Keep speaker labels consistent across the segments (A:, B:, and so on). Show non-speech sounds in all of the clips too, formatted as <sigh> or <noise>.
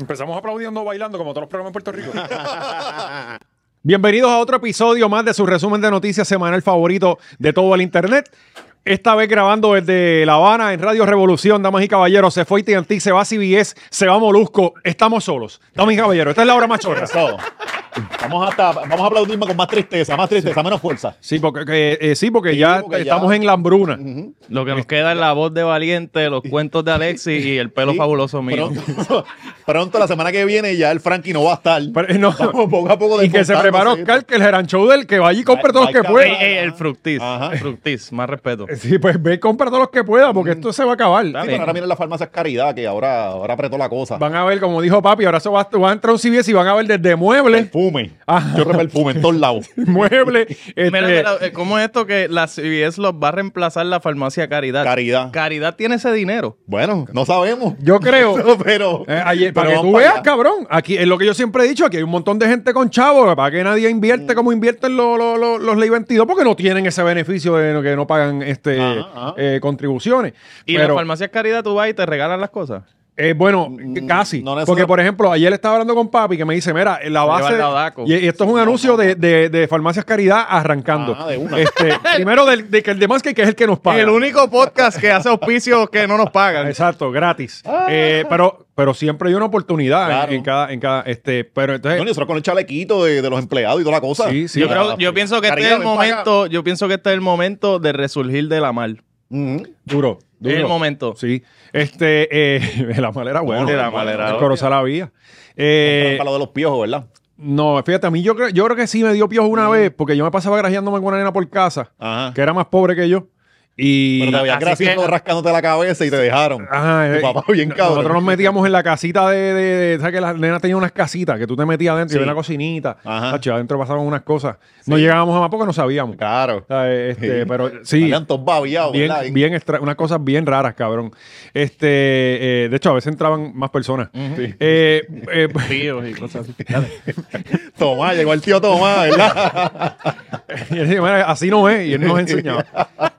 A: Empezamos aplaudiendo, bailando, como todos los programas en Puerto Rico.
B: <laughs> Bienvenidos a otro episodio más de su resumen de noticias semanal favorito de todo el internet. Esta vez grabando desde La Habana en Radio Revolución, damas y caballeros. Se fue AT&T, se va CBS, se va Molusco. Estamos solos. Damas y caballeros, esta es la hora machorra.
C: Todo. Vamos, hasta, vamos a aplaudir con más tristeza, más tristeza, menos fuerza.
B: Sí, porque, que, eh, sí, porque ya
C: porque ya-
B: estamos en la hambruna.
D: Lo que nos
C: Este,
D: queda es la voz de Valiente, los cuentos de Alexis y el pelo
C: Sí.
D: fabuloso mío. <laughs>
C: Pronto, <laughs> pronto, la semana que viene, ya el Frankie no va a estar.
B: Pero, eh, no.
C: Vamos poco a poco
B: Y que se prepare
C: desmontándose.
B: Oscar, que el Geran Show del que vaya y compre
C: Ay,
B: todos los
C: ay,
B: que
C: cabrón.
B: pueda.
D: Ey, ey, el fructis,
C: Ajá.
D: fructis, más respeto.
B: Sí, pues ve y compra todos los que pueda, porque esto se va a acabar.
C: Sí, pero ahora miren las farmacias caridad, que ahora, ahora apretó la cosa.
B: Van a ver, como dijo papi, ahora se va, va a entrar un CBS y van a ver desde muebles,
C: <laughs> Perfume.
B: Ajá.
C: Yo creo perfume en todos lados.
B: muebles, este,
D: Mira, mira, eh, ¿cómo es esto que la CBS los va a reemplazar la farmacia Caridad?
C: Caridad.
D: Caridad tiene ese dinero.
C: Bueno,
B: <laughs>
C: no sabemos.
B: Yo creo.
C: <laughs> pero.
B: eh, ayer- para
C: pero
B: que tú
C: vamos para
B: veas,
C: allá.
B: cabrón. Aquí es lo que yo siempre he dicho: aquí hay un montón de gente con chavo. Para que nadie
C: Mm.
B: invierte como invierten lo- lo- lo- los ley 22, porque no tienen ese beneficio de que no pagan este
C: Ajá, ajá.
B: eh, contribuciones.
D: Y la
B: Pero,
D: farmacia Caridad tú vas y te regalan las cosas.
B: eh, bueno,
C: Mm,
B: casi.
C: no necesariamente.
B: porque, por ejemplo, ayer estaba hablando con papi que me dice: Mira, la
D: lleva
B: base.
D: el ladaco.
B: Y, y esto es un anuncio de, de- de Farmacias Caridad arrancando.
C: Ah, de una. <laughs>
B: Este, primero, del, de que el de Manscaped, que es el que nos paga.
D: El único podcast que hace auspicios que no nos pagan.
B: Exacto, gratis. Eh, pero, pero siempre hay una oportunidad en-
C: Claro.
B: en, cada, en cada, este, pero entonces.
C: No, nosotros con el chalequito de, de los empleados y toda la cosa. Ah,
B: Sí, sí.
D: yo,
B: Para-
D: creo- yo pienso que este es
C: Caridad,
D: el
C: ven para acá.
D: momento, yo pienso que este es el momento de resurgir de la mal.
C: Ujú.
B: Duro, duro.
D: Es el momento.
B: Sí. Este, eh, <laughs> la malera, bueno.
D: de la malera.
B: El Corozal había.
C: Para
B: Eh,
C: lo de los piojos, ¿verdad?
B: no, fíjate, a mí yo creo, yo creo que sí me dio piojo una
C: Mm.
B: vez, porque yo me pasaba grajeándome con una nena por casa,
C: Ajá.
B: que era más pobre que yo. Y.
C: Ah. Pero te habías
D: Así
C: graciando,
D: que-
C: rascándote la cabeza y te dejaron.
B: Ajá,
C: tu
B: eh,
C: papá bien
B: no-
C: cabrón.
B: Nosotros nos metíamos en la casita de, de- de- ¿sabes que las nenas tenían unas casitas que tú te metías adentro y
C: Sí.
B: había una cocinita?
C: Ajá.
B: Tacho, adentro pasaban unas cosas. No llegábamos a más porque no sabíamos.
C: Claro.
B: O sea, eh, Este, pero sí.
C: Salían todos babiados,
B: Bien,
C: ¿verdad?
B: bien extra- unas cosas bien raras, cabrón. Este, eh, de hecho, a veces entraban más personas.
C: Sí.
B: Eh, eh,
D: Tíos y cosas así.
C: Tomás, llegó el tío Tomás, ¿verdad?
B: <laughs> <laughs>
C: <laughs>
B: y él decía, "Mira, así no es, y él nos enseñaba.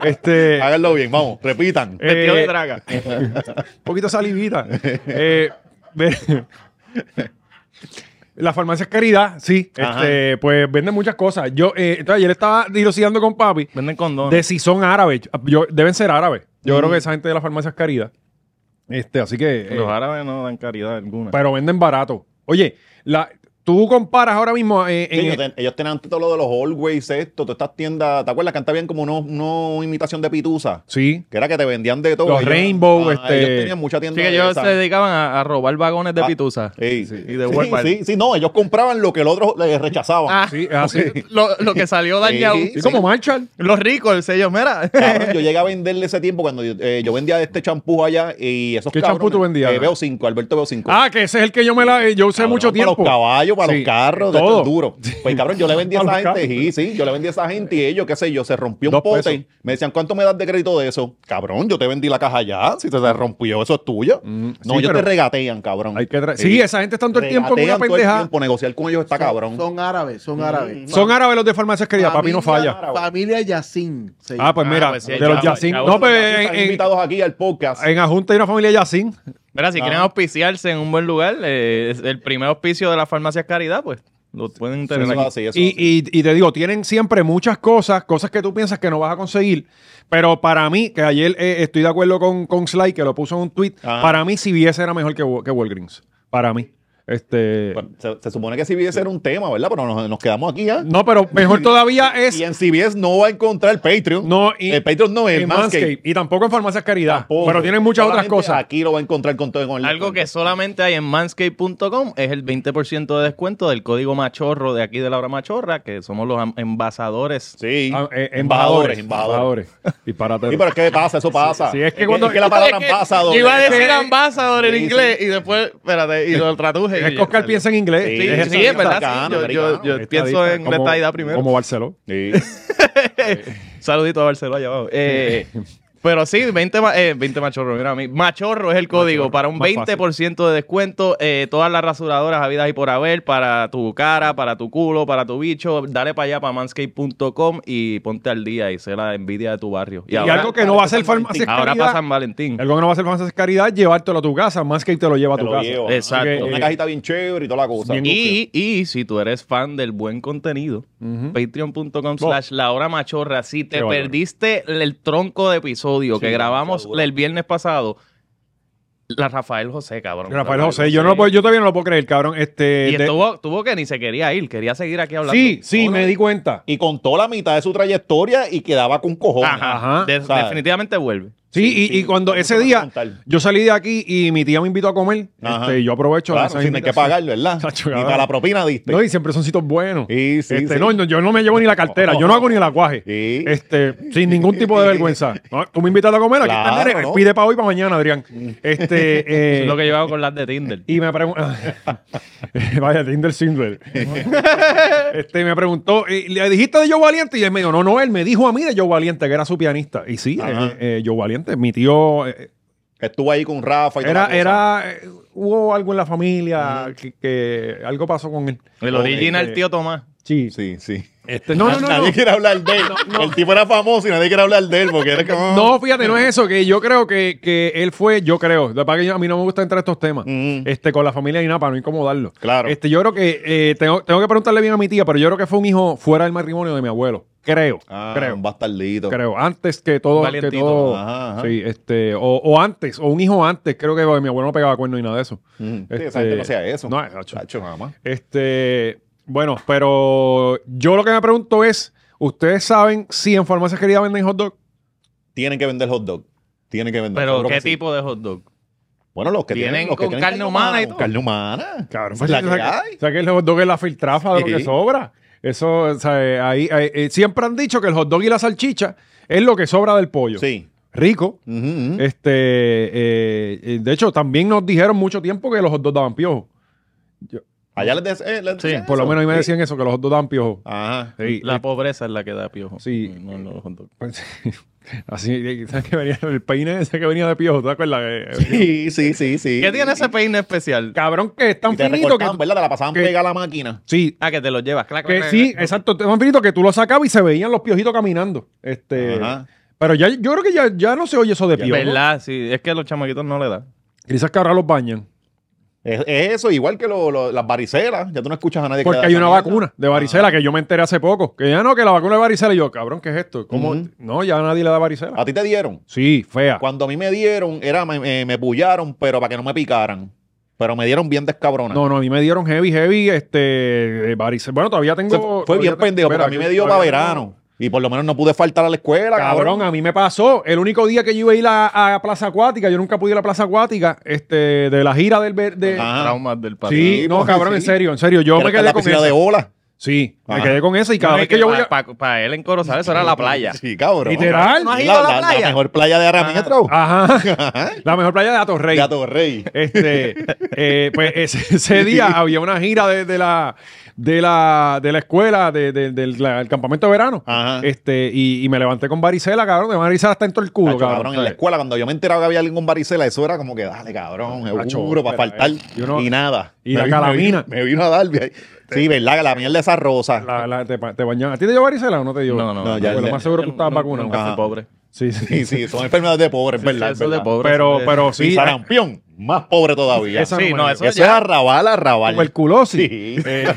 B: Este,
C: Háganlo bien, vamos, repitan.
B: Eh,
D: Vestido de draga.
B: un poquito de salivita. Eh, ve- <laughs> La farmacia es caridad, sí.
C: Ajá.
B: Este, pues venden muchas cosas. Yo, eh, entonces ayer estaba dilucidando con papi
D: Venden condones.
B: de si son árabes. Yo, deben ser árabes. Yo creo que esa gente de la farmacia es caridad. Este, así que. eh,
D: Los árabes no dan caridad alguna.
B: pero venden barato. Oye, la, tú comparas ahora mismo eh,
C: Sí,
B: en-
C: ellos, ten- ellos tenían antes todo lo de los Always, esto, todas estas tiendas. ¿Te acuerdas que antes habían como unos- una imitación de pitusa?
B: sí,
C: Que era que te vendían de todo.
B: Los
C: Ellos- Ah,
B: Rainbow, este-
C: Ellos tenían mucha tienda
D: Así que
C: de
D: ellos
C: esa.
D: se dedicaban a, a robar vagones de
C: Ah,
D: pitusa.
C: Sí,
D: Sí,
C: sí.
D: y de Walmart.
C: sí, sí, no, ellos compraban lo que el otro eh, le rechazaba.
D: Ah,
B: sí, es así.
D: <laughs> Lo, lo que salió dañado.
C: Sí.
B: Sí, como Marshall.
D: Los ricos, el sello, mira.
C: Cabrón, yo llegué a venderle ese tiempo cuando yo, eh, yo vendía este champú allá y esos eh,
B: ¿Qué champú tú vendías?
C: veo 5, Alberto veo 5.
B: Ah, que ese es el que yo me la, eh, yo usé
C: Cabrón,
B: mucho tiempo.
C: Para los caballos, para
B: Sí,
C: los carros, de
B: todo.
C: todo duro. Pues cabrón, yo le vendí
B: <laughs>
C: a
B: Para
C: esa
B: los
C: gente, sí, sí, yo le vendí a esa gente y ellos, qué sé yo, se rompió un
B: Dos
C: pote.
B: pesos.
C: Me decían, ¿cuánto me das de crédito de eso? Cabrón, yo te vendí la caja ya, si te se rompió, eso es tuyo. no,
B: Mm, sí,
C: ellos
B: pero-
C: te regatean, cabrón.
B: Hay que tra- sí, esa gente está todo el tiempo en una
C: Regatean todo el
B: pendeja.
C: tiempo, negociar con ellos está cabrón.
E: Son árabes, son árabes.
B: Mm, Son árabes los de farmacias querida, papi no falla.
E: Familia Yacín. se
B: Ah,
E: llama.
B: pues
D: Ah,
B: mira,
D: pues sí,
B: de
D: chavo,
B: los Yacin.
D: chavo.
B: No, pero
C: Están
B: en, en,
C: invitados aquí al eh, podcast.
B: en Ajunta hay una familia Yacin.
D: <laughs> Mira, si quieren
C: Ah.
D: auspiciarse en un buen lugar, eh, es el primer auspicio de la farmacia Caridad, pues lo pueden tener
C: Eso es
D: aquí.
C: así, eso es
B: Y,
C: así.
B: y, y te digo, tienen siempre muchas cosas, cosas que tú piensas que no vas a conseguir. Pero para mí, que ayer eh, estoy de acuerdo con, con Sly, que lo puso en un tweet,
C: Ajá.
B: para mí CBS era mejor que, Wa- que Walgreens. Para mí. Este,
C: Bueno, se, se supone que CBS era un tema, ¿verdad? Pero nos, nos quedamos aquí ya.
B: no, pero mejor todavía es...
C: Y en CBS no va a encontrar Patreon.
B: No, y-
C: el Patreon no es
B: en
C: el Manscaped.
B: Manscaped. Y tampoco en Farmacias Caridad.
C: Tampoco.
B: Pero tienen muchas otras
C: Solamente
B: cosas.
C: Aquí lo va a encontrar con todo. Con
D: Algo que solamente hay en manscape.com es el 20% de descuento del código machorro de aquí de la hora machorra, que somos los am- envasadores.
C: Sí.
B: Ah, eh, embajadores.
C: embajadores. Embajadores.
B: Embajadores. Disparate.
C: Sí, pero es que pasa, eso pasa.
B: sí, es que cuando-
C: la palabra
D: Es que
C: ambasador.
D: Iba a
C: es-
D: decir
B: Sí.
D: ambasador en
C: Sí, sí.
D: inglés y después, espérate, y lo traduje. y
B: es que
D: ya
B: Oscar
D: salió.
B: piensa en inglés.
C: Sí,
D: Sí,
B: Es
D: sí,
C: sí,
D: es verdad.
C: americano,
D: sí. Yo, yo- yo
C: americano.
D: pienso
B: estadista,
D: en
B: como-
D: la estadía primero.
B: Como Barceló.
C: Sí.
B: <laughs>
D: Saludito a Barcelona allá abajo. Eh, Pero sí, 20, ma- eh, 20 machorro, mira a mí. Machorro es el código
B: Machorro,
D: para un
B: más
D: 20% de descuento. eh, todas las rasuradoras habidas y por haber, para tu cara, para tu culo, para tu bicho. Dale para allá, para manscape.com y ponte al día y sé la envidia de tu barrio.
B: Y algo que no va a ser farmacia es
D: ahora
B: caridad.
D: para San Valentín.
B: Algo que no va a ser farmacia es caridad, llevártelo a tu casa. Más que te lo lleva a
C: Te
B: tu
C: lo
B: casa.
C: llevo.
D: Exacto.
C: Con Una
B: Eh,
C: cajita bien chévere y toda la cosa.
B: bien-
D: Y, y si tú eres fan del buen contenido,
C: Pues,
D: patreon.com slash la hora machorra, si te
B: Qué valor.
D: perdiste el tronco de episodio que
C: Sí,
D: grabamos
C: está duro.
D: el viernes pasado, la Rafael José, cabrón.
B: Rafael José, yo, no lo puedo- yo todavía no lo puedo creer, cabrón. Este,
D: Y
B: de-
D: estuvo, tuvo que ni se quería ir, quería seguir aquí hablando.
B: sí, sí,
C: No,
B: me
C: no.
B: di cuenta.
C: Y contó la mitad de su trayectoria y quedaba con cojones.
D: Ajá,
B: Ajá.
D: de-
C: O sea,
D: definitivamente vuelve.
B: Sí,
C: Sí,
B: y,
C: sí,
B: y cuando
C: no
B: ese
C: te voy a
B: día
C: preguntar.
B: yo salí de aquí y mi tía me invitó a comer,
C: Ajá.
B: este, yo aprovecho.
C: Claro,
B: esa
C: sin tener que
B: invitación.
C: pagarlo, ¿verdad?
B: Chacho,
C: y
B: cabrón.
C: para la propina diste.
B: No, y siempre son sitios buenos.
C: Sí, sí,
B: Este,
C: sí.
B: no, no, yo no me llevo ni la cartera, yo no hago ni el aguaje.
C: Sí.
B: Este, sin ningún tipo
C: <laughs>
B: de vergüenza. No, Tú me invitas a comer, aquí está el
C: Claro,
B: nene,
C: ¿no? Mm.
B: pide para hoy para mañana, Adrián.
C: <laughs>
B: Este, eh,
D: Eso es lo que yo hago con las de Tinder.
B: <laughs> y me preguntó. Vaya, Tinder
C: <laughs>
B: Sindler. este, me preguntó, ¿y ¿le dijiste de Joe Valiente? Y él me dijo, no, no, él me dijo a mí de Joe Valiente, que era su pianista. Y sí,
C: Ajá.
B: eh, eh, Joe Valiente, mi tío. eh,
C: Que estuvo ahí con Rafa y toda
B: era,
C: la cosa.
B: era. eh, Hubo algo en la familia que, que algo pasó con él.
D: El original
B: este-
D: tío Tomás.
B: Sí.
C: Sí, sí.
B: Este, no, no, no.
C: nadie
B: no.
C: quiere hablar de él. El tipo era famoso y nadie quiere hablar de él porque
B: <laughs>
C: era como.
B: No, fíjate, no es eso, que yo creo que, que él fue, yo creo, la verdad que yo- a mí no me gusta entrar a estos temas,
C: Mm.
B: este, con la familia y nada, para no incomodarlo.
C: Claro.
B: Este, yo creo que, eh, tengo, tengo que preguntarle bien a mi tía, pero yo creo que fue un hijo fuera del matrimonio de mi abuelo, creo,
C: Ah,
B: creo,
C: un bastardito.
B: creo, antes que todo, que
D: Valientito.
B: todo
C: Ajá, ajá.
B: sí, este, o, o antes, o un hijo antes, creo que mi abuelo no pegaba cuerno ni nada de eso.
C: Mm. Sí,
B: Este,
C: esa gente no sea eso.
B: No, chacho.
C: Chacho, mamá.
B: Este, bueno, pero yo lo que me pregunto es, ¿ustedes saben si en farmacias quería venden hot dog?
C: Tienen que vender hot dog. Tienen que vender.
D: Pero,
C: seguro
D: ¿qué
C: que sí.
D: tipo de hot dog?
C: Bueno, los que
D: Tienen
C: tienen, los que
D: con
C: tienen
D: carne humana y
C: con
D: todo.
C: Carne humana.
B: Cabrón, pues,
C: Es la que hay.
B: O sea, que el hot dog es la filtrafa de lo que
C: Sí.
B: sobra. Eso, o sea, ahí, ahí- eh, siempre han dicho que el hot dog y la salchicha es lo que sobra del pollo.
C: Sí.
B: Rico.
C: Ujú, ujú.
B: Este, eh, eh, de hecho, también nos dijeron mucho tiempo que los hot dogs daban piojo.
C: Allá les, des- eh, les
D: Sí,
C: decían
B: Por lo
C: eso.
B: menos a mí me
C: Sí.
B: decían eso, que los hot dogs daban piojo.
C: Ajá.
B: Sí, eh,
D: La pobreza es la que da piojo.
B: Sí.
D: No, no, los hot dogs.
B: pues, <laughs> así, eh, ¿sabes que venía el peine ese que venía de piojo? ¿Te acuerdas? Que-
C: Sí, sí, sí, sí.
D: ¿Qué tiene ese peine especial?
B: Cabrón, que es tan
C: Y te
B: finito que.
C: recortaban, ¿verdad? Te la pasaban
B: que-
C: pega a la máquina.
B: Sí,
D: Ah, que te los llevas. clac, clac,
B: Que
D: clac,
B: sí,
D: clac.
B: exacto, tan finito que tú lo sacabas y se veían los piojitos caminando. Este,
C: Ajá.
B: pero ya, yo creo que ya, ya no se oye eso de piojo.
D: ¿Verdad? Sí, es que los chamaquitos no le dan.
B: Quizás que ahora los bañan.
C: Es, es eso, igual que lo- lo- las varicelas. Ya tú no escuchas a nadie que
B: Porque
C: le da
B: hay
C: esa
B: una
C: mierda.
B: vacuna de varicela que yo me enteré hace poco. Que ya no, que la vacuna de varicela. Y yo, cabrón, ¿qué es esto? ¿Cómo?
C: Ujú.
B: No, ya nadie le da varicela.
C: ¿A ti te dieron?
B: Sí, fea.
C: Ah. Cuando a mí me dieron, era me, me, me pullaron, pero para que no me picaran. Pero me dieron bien descabrona.
B: No, no, a mí me dieron heavy, heavy, este, eh, varicela. Bueno, todavía tengo...
C: Se- fue bien
B: todavía
C: pendejo,
B: tengo-
C: porque a mí
B: espera,
C: me dio
B: todavía
C: para
B: tengo-
C: verano. Y por lo menos no pude faltar a la escuela,
B: Cabrón,
C: cabrón.
B: a mí me pasó. El único día que yo iba a ir a, a Plaza Acuática, yo nunca pude ir a la Plaza Acuática, este, de la gira del... ver- de-
C: Ajá.
D: Traumas del pasado.
B: Sí,
C: Ah, Sí,
B: no,
C: porque
B: cabrón, en
C: sí.
B: serio, en serio. Yo me
C: Quiero estar en
B: quedé
C: la
B: con
C: piscina
B: eso.
C: de ola.
B: Sí, me
C: Ajá.
B: quedé con eso y cada vez que yo voy a...
D: Para él en Corozal, eso era la playa.
C: Sí, cabrón.
B: Literal. Ah,
D: ¿No has ido a la playa?
C: mejor playa de Aranietra.
B: Ajá.
C: <laughs>
B: La mejor playa de Atorrey.
C: De Atorrey.
B: Este, eh, pues ese, ese día había una gira de, de la de la de la escuela de- de- del la- el campamento de verano.
C: Ajá.
B: Este, y, y me levanté con varicela, cabrón, de varicela hasta en todo el culo,
C: Tacho,
B: cabrón. eh.
C: cabrón, en la
B: ¿sabes?
C: escuela, cuando yo me enteraba que había alguien con varicela, eso era como que, dale, cabrón,
B: Tacho,
C: seguro, para
B: espera,
C: faltar.
B: eh, yo no-
C: y nada.
B: y la
C: vino-
B: calamina.
C: Me vino, me vino a dar. vi- Sí, ¿verdad? Que La mierda de esa rosa.
B: La- la- te, pa- te bañan. ¿A ti te dio varicela o no te dio?
D: No, no,
C: No, ya-
B: Porque lo
C: ya-
B: más seguro tú estabas
D: No,
B: vacunado.
D: Nunca fui
C: Ajá.
D: pobre.
B: Sí, sí.
C: Sí, sí, son enfermedades de pobres, ¿verdad?
D: Eso de pobre.
B: Pero,
D: eso de-
B: pero sí.
C: Pues
B: eh,
C: Sí, sarampión, más pobre todavía.
B: Esa
D: Sí,
B: no
D: no,
B: me-
D: eso,
C: eso es
D: ya.
C: arrabal, arrabal.
B: Tuberculosis.
C: Sí.
B: Eh,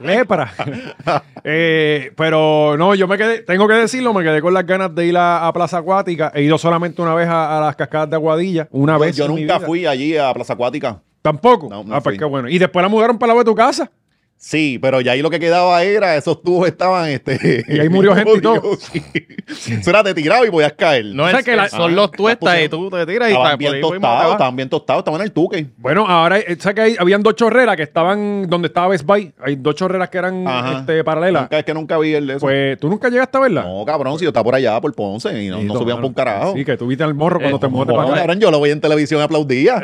B: lepra. <laughs> Eh, pero no, yo me quedé, tengo que decirlo, me quedé con las ganas de ir a, a Plaza Acuática. He ido solamente una vez a, a las cascadas de Aguadilla. Una vez.
C: Yo
B: en mi
C: nunca
B: vida.
C: fui allí a Plaza Acuática.
B: Tampoco.
C: No, no
B: ah, pues
C: fui.
B: qué bueno. Y después la mudaron para la de tu casa.
C: Sí, pero ya ahí lo que quedaba era, esos tubos estaban, este...
B: Y ahí
C: <laughs>
B: murió gente y todo.
C: Sí. Eso era, te tiraba y podías caer.
D: No
B: O sea
D: es
B: que la-
D: son
C: Ah,
D: los
C: la
D: tuestas y
C: pusieron-
D: tú te tiras y
C: Estaban
D: pa- por
C: bien
D: ahí voy y
C: tostados,
D: mataba.
C: estaban bien tostados, estaban en el tuque.
B: Bueno, ahora, eh, ¿sabes que ahí habían dos chorreras que estaban donde estaba Best Buy? Hay dos chorreras que eran
C: Ajá.
B: este, paralelas.
C: Nunca, es que nunca vi el de eso.
B: Pues tú nunca llegaste a verla.
C: No, cabrón, si yo estaba por allá, por Ponce, y no,
B: Sí,
C: no subían
B: mano.
C: por un carajo.
B: Sí, que tuviste al morro cuando
D: Eh,
B: te mudaste
C: Bueno,
B: para acá.
C: cabrón, yo lo veía en televisión
B: <laughs>
C: y aplaudía. <laughs>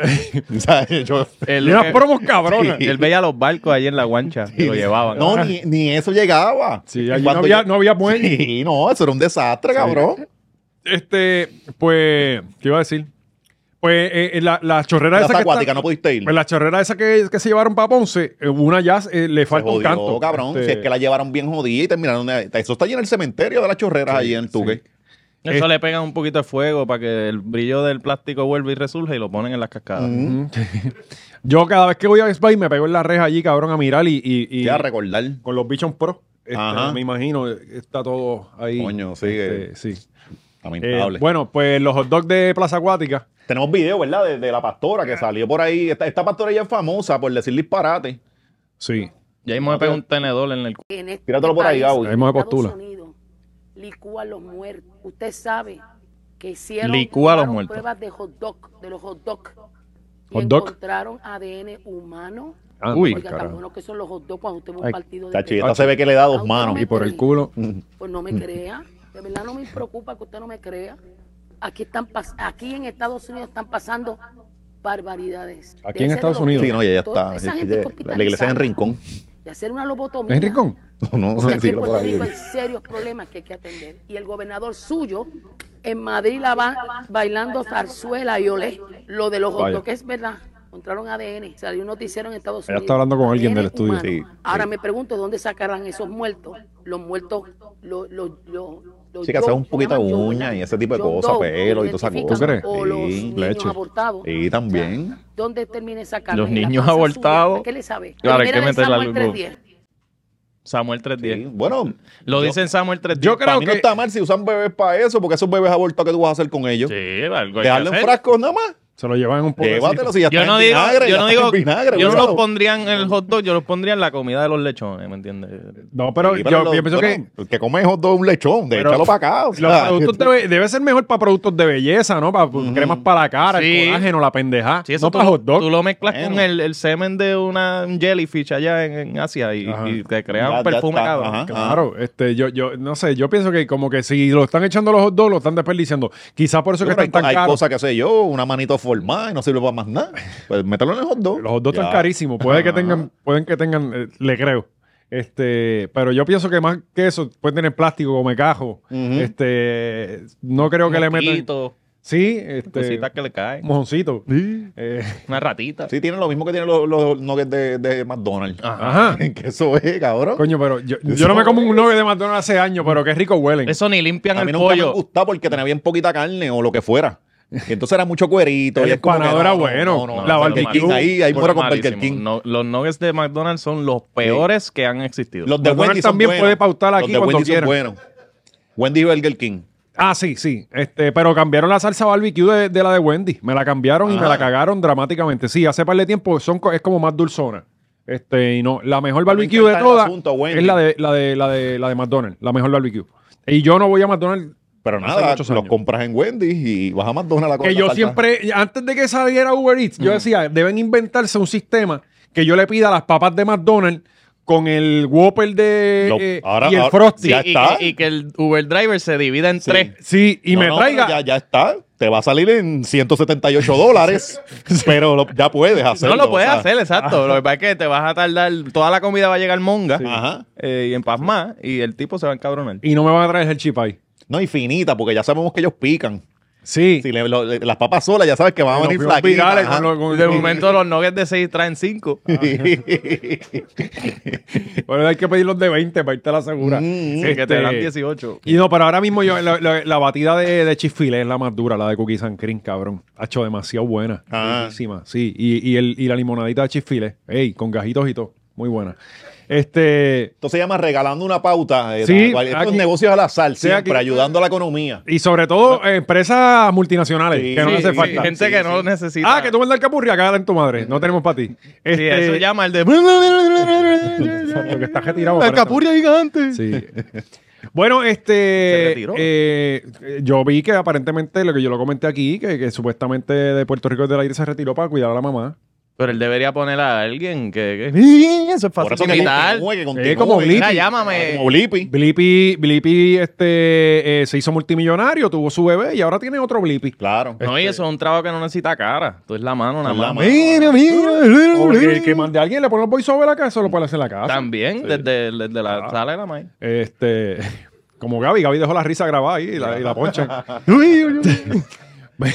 C: O sea, yo-
D: Él,
B: Y
D: lo
B: unas
D: que-
B: promos cabronas.
D: él veía los barcos ahí en la guancha y lo llevaban.
C: no, ni, ni eso llegaba.
B: Sí, allí no
C: Cuando
B: había,
C: yo-
B: no había muelle.
C: Sí, no, eso era un desastre, cabrón.
B: Este, pues, ¿qué iba a decir? Pues eh, eh, la, la chorrera
C: La
B: esa que está-
C: acuática, no pudiste ir.
B: pues la chorrera esa que, que se llevaron para Ponce, eh, una ya eh, le
C: Se
B: falta un
C: jodió,
B: canto.
C: cabrón.
B: Este,
C: Si es que la llevaron bien jodida y terminaron. de- Eso está allí en el cementerio de las chorreras, allí en Tuque.
D: Eso le pegan un poquito de fuego para que el brillo del plástico vuelva y resurja y lo ponen en las cascadas.
C: Mm.
B: Yo cada vez que voy a Spy me pego en la reja allí, cabrón, a mirar y, y- y
C: Ya recordar.
B: con los bichos pro. este,
C: Ajá.
B: me imagino, eh, está todo ahí.
C: Coño, sí,
B: Este, sí. Eh,
C: Lamentable.
B: bueno, pues los hot dogs de Plaza Acuática.
C: Tenemos video, ¿verdad? De, de la pastora
F: Ah.
C: que salió por ahí. Esta, esta pastora ya es famosa por decir disparate.
B: Sí.
D: Y ahí me pega un tenedor en el cu-
F: en este
C: Tíratelo por ahí,
F: país,
C: Gaby.
B: Ahí me
F: Estados
B: postula.
F: Unidos, licúa a los muertos. Usted sabe que hicieron
D: Licúa a los
F: tomaron
D: muertos.
F: pruebas de hot dog, de los hot dog. Y
B: Hot dog.
F: encontraron ADN humano.
B: Ah,
D: Uy,
B: mal,
F: Oiga, tan
B: carajo.
F: bueno que son los hot dogs cuando usted va a
B: Ay,
F: un partido de
C: Chachi,
B: Ah,
F: pelota.
C: esta se ve que le da
F: Ah,
C: dos manos.
B: Y por el culo.
C: Mm.
F: Pues no me
B: Mm.
F: crea. De verdad no me preocupa que usted no me crea. Aquí están pas- aquí en Estados Unidos están pasando barbaridades.
B: Aquí en
F: Déjese de
B: Estados
F: los-
B: Unidos.
C: Sí, no, ya, ya
F: Toda
C: está.
F: esa
C: Sí,
F: gente
C: ya-
F: hospitalizada.
C: la iglesia es en Rincón. <laughs>
F: De hacer una lobotomía.
B: ¿Es rincón?
C: No,
F: Porque aquí
C: sí,
F: en
C: lo
F: Puerto
C: por ahí.
F: Rico hay serios problemas que hay que atender. Y el gobernador suyo en Madrid la va bailando zarzuela y olé. Lo de los
B: Vaya.
F: lo que es verdad. Encontraron ADN, salió un noticiero en Estados
B: Ella
F: Unidos.
B: está hablando con alguien
F: ADN
B: del estudio.
F: humano.
B: Sí,
F: Ahora me pregunto, ¿dónde sacarán esos muertos? Los muertos, los... los, los- los
C: Sí, que hacen
F: John,
C: un poquito
F: se
C: de
F: llaman John,
C: uña y ese tipo de
F: John
C: cosas,
F: Doe,
C: pelo y toda esa
F: identifican,
C: cosa.
B: ¿Tú crees?
F: O los
C: Sí,
F: niños
B: leche.
F: abortados.
C: Sí, también.
F: ¿Dónde termine esa carne?
D: Los
F: En la
D: niños
F: panza suya.
D: abortados.
F: ¿Qué le sabe?
D: Claro, hay
F: Primera
D: que
F: de
D: meterla
F: Samuel
D: al
F: 3:10.
D: Samuel
C: Sí,
D: 310.
C: Bueno,
D: Lo dicen Samuel 310.
B: Yo
C: para
B: creo
C: mí no
B: que-
C: está mal si usan bebés para eso, porque esos bebés abortados que tú vas a hacer con ellos.
D: Sí, algo hay que
C: Dejarlo en
D: hacer.
C: frascos nada más.
B: Se lo llevan en un poco.
C: Llévatelo si ya
D: Yo
C: está
D: no
C: en
D: digo,
C: vinagre.
D: yo
C: ya
D: no
C: está
D: digo,
C: en vinagre,
D: yo no
C: úsalo.
D: los pondría en el hot dog, yo los pondría en la comida de los lechones, ¿me entiendes?
B: No, pero,
C: Sí,
B: yo,
C: pero lo-
B: yo pienso
C: bueno, Ah.
B: que
C: el que come hot dog un lechón, de
B: Pero-
C: échalo para acá. o
B: los
C: sea,
B: productos debe, debe ser mejor para productos de belleza, ¿no? Para cremas para la cara,
D: Sí.
B: el colágeno, la pendeja.
D: Sí, eso
B: no
D: tú,
B: para hot dog.
D: tú lo mezclas con
C: Bueno.
D: el, el semen de una, un jellyfish allá en, en Asia y,
B: Ajá.
D: y te crea
C: Ya-
D: un
C: ya
D: perfume
C: está,
D: cabrón.
C: ajá.
B: Claro, este, yo, yo, no sé, yo pienso que como que si lo están echando los hot dogs, lo están desperdiciando. Quizás por eso que
C: pero hay,
B: están tan
C: hay
B: caros.
C: cosas que sé yo, una manito formada y no sirve para más nada. Pues mételo en el hot dog.
B: Los hot dogs
C: Ya.
B: están carísimos. Puede que
C: Ajá.
B: tengan, pueden que tengan, eh, le creo. Este, pero yo pienso que más que eso, pueden tener plástico como cajo.
C: Ujú.
B: Este, no creo que le metan.
D: Mosquitos,
B: Sí, este,
D: cositas que le caen,
B: mojoncito. Eh,
D: una ratita.
C: Sí, tienen lo mismo que tienen los, los nuggets de, de McDonald's.
B: ajá.
C: <laughs> Que eso es, cabrón.
B: Coño, pero yo, yo
C: Eso
B: no me como
C: es.
B: un novio de McDonald's hace años, pero qué rico huelen.
D: Eso ni limpian
C: a mí
D: el
C: nunca me
D: pollo.
C: gustaba porque tenía bien poquita carne o lo que fuera. Y entonces era mucho cuerito.
B: El
C: y es como que
B: empanado era bueno,
C: no, no, no, no,
B: la
C: no,
B: barbecue.
C: Burger King, Ahí, ahí
D: Son
C: muero con
D: malísimos.
C: Burger King.
D: No- los nuggets de McDonald's son los peores que han existido.
C: Los de
B: McDonald's
C: Wendy son
B: también
C: buenos.
B: puede pautar aquí
C: Los de
B: cuando
C: Wendy
B: quiera.
C: son buenos. Wendy y Burger King.
B: Ah, sí, sí. Este, pero cambiaron la salsa barbecue de, de la de Wendy. Me la cambiaron y me
C: Ajá.
B: la cagaron dramáticamente. Sí, hace par de tiempo son, co- es como más dulzona. Este, y no, la mejor barbecue de
C: encanta el
B: todas
C: asunto, Wendy.
B: es la de, la de, la de, la de McDonald's, la mejor barbecue. Y yo no voy a McDonald's.
C: Pero
B: hace
C: nada,
B: muchos
C: los
B: años.
C: compras en Wendy y vas a McDonald's
B: Que
C: a comer
B: yo
C: la salsa. Mm.
B: siempre, antes de que saliera Uber Eats, yo decía, deben inventarse un sistema que yo le pida las papas de McDonald's con el Whopper de
C: Lo-
B: eh,
C: ahora-
B: y el
C: ahora-
B: Frosty.
D: Sí,
C: Ya
D: y,
C: está.
D: que, y que el Uber driver se divida en tres.
B: Sí, y
C: No,
B: me
C: no,
B: traiga.
C: pero Ya, ya está. Te va a salir en 178
B: <laughs>
C: dólares. pero lo- ya puedes hacerlo.
D: No lo puedes
C: o sea.
D: hacer, exacto. Lo que pasa es que te vas a tardar, toda la comida va a llegar monga
C: Ajá.
D: eh, y en paz más, y el tipo se va a encabronar.
B: Y no me van a traer el chip ahí.
C: No, infinita, porque ya sabemos que ellos pican.
B: Sí.
C: Si le- lo- le- las papas solas, ya sabes que van a
B: Nos
C: venir
B: fuimos
C: flaquitas.
B: virales
C: ajá.
B: con lo- con-
D: De
B: con-
D: momento los nuggets de 6 traen 5.
B: Bueno, hay que pedir los de 20 para irte a la segura. Este,
C: Mm,
D: que te dan 18.
B: Y no, pero ahora mismo yo, la, la- la batida de, de Chick-fil-A es la más dura, la de Cookies and Cream, cabrón. Ha hecho demasiado buena.
C: Ah.
B: Buenísima, sí. Y, y el, y la limonadita de Chick-fil-A, ey, con gajitos y todo. Muy buena. Este,
C: Esto se llama regalando una pauta. eh,
B: Sí,
C: tal cual. Estos
B: aquí-
C: negocios al azar,
B: Sí,
C: siempre
B: aquí-
C: ayudando a la economía.
B: y sobre todo,
D: Ah.
B: eh, empresas multinacionales,
C: Sí,
B: que no
C: sí,
B: le hace
C: sí,
B: falta.
D: Gente
C: Sí,
D: que
C: sí.
D: no necesita.
B: Ah, que tú vendas el capurri, acá en tu madre. No tenemos para ti.
D: Sí,
B: Este,
D: eso llama el de.
B: lo que está retirado.
D: La
B: aparentemente.
D: capurria gigante. <laughs>
B: Sí. Bueno,
D: Se
B: este.
D: retiró.
B: eh, eh, yo vi que aparentemente, lo que yo lo comenté aquí, que, que supuestamente de Puerto Rico del aire se retiró para cuidar a la mamá.
D: Pero él debería poner a alguien que. que- Eso es
C: Por
D: fácil
C: eso
D: de
C: que
D: imitar.
C: continúe, que
B: Eh, como
C: continúe.
B: Blippi.
D: Mira, llámame.
C: Como Blippi.
B: Blippi, Blippi este, eh, se hizo multimillonario, tuvo su bebé y ahora tiene otro Blippi.
C: Claro.
D: No, y eso es un trabajo que no necesita cara. Tú es la mano, nada
C: Es la
D: más.
C: mano.
D: Mira, mira,
B: Ah. O
D: mira,
B: que,
D: mira.
B: que mande a alguien, le pone los voiceover acá, eso lo puede hacer en la casa.
D: También, desde, desde la sala de la madre.
B: Este. <laughs> Como Gaby, Gaby dejó la risa grabada ahí y la, y la
C: <laughs>
B: poncha. Uy, <laughs> uy, uy.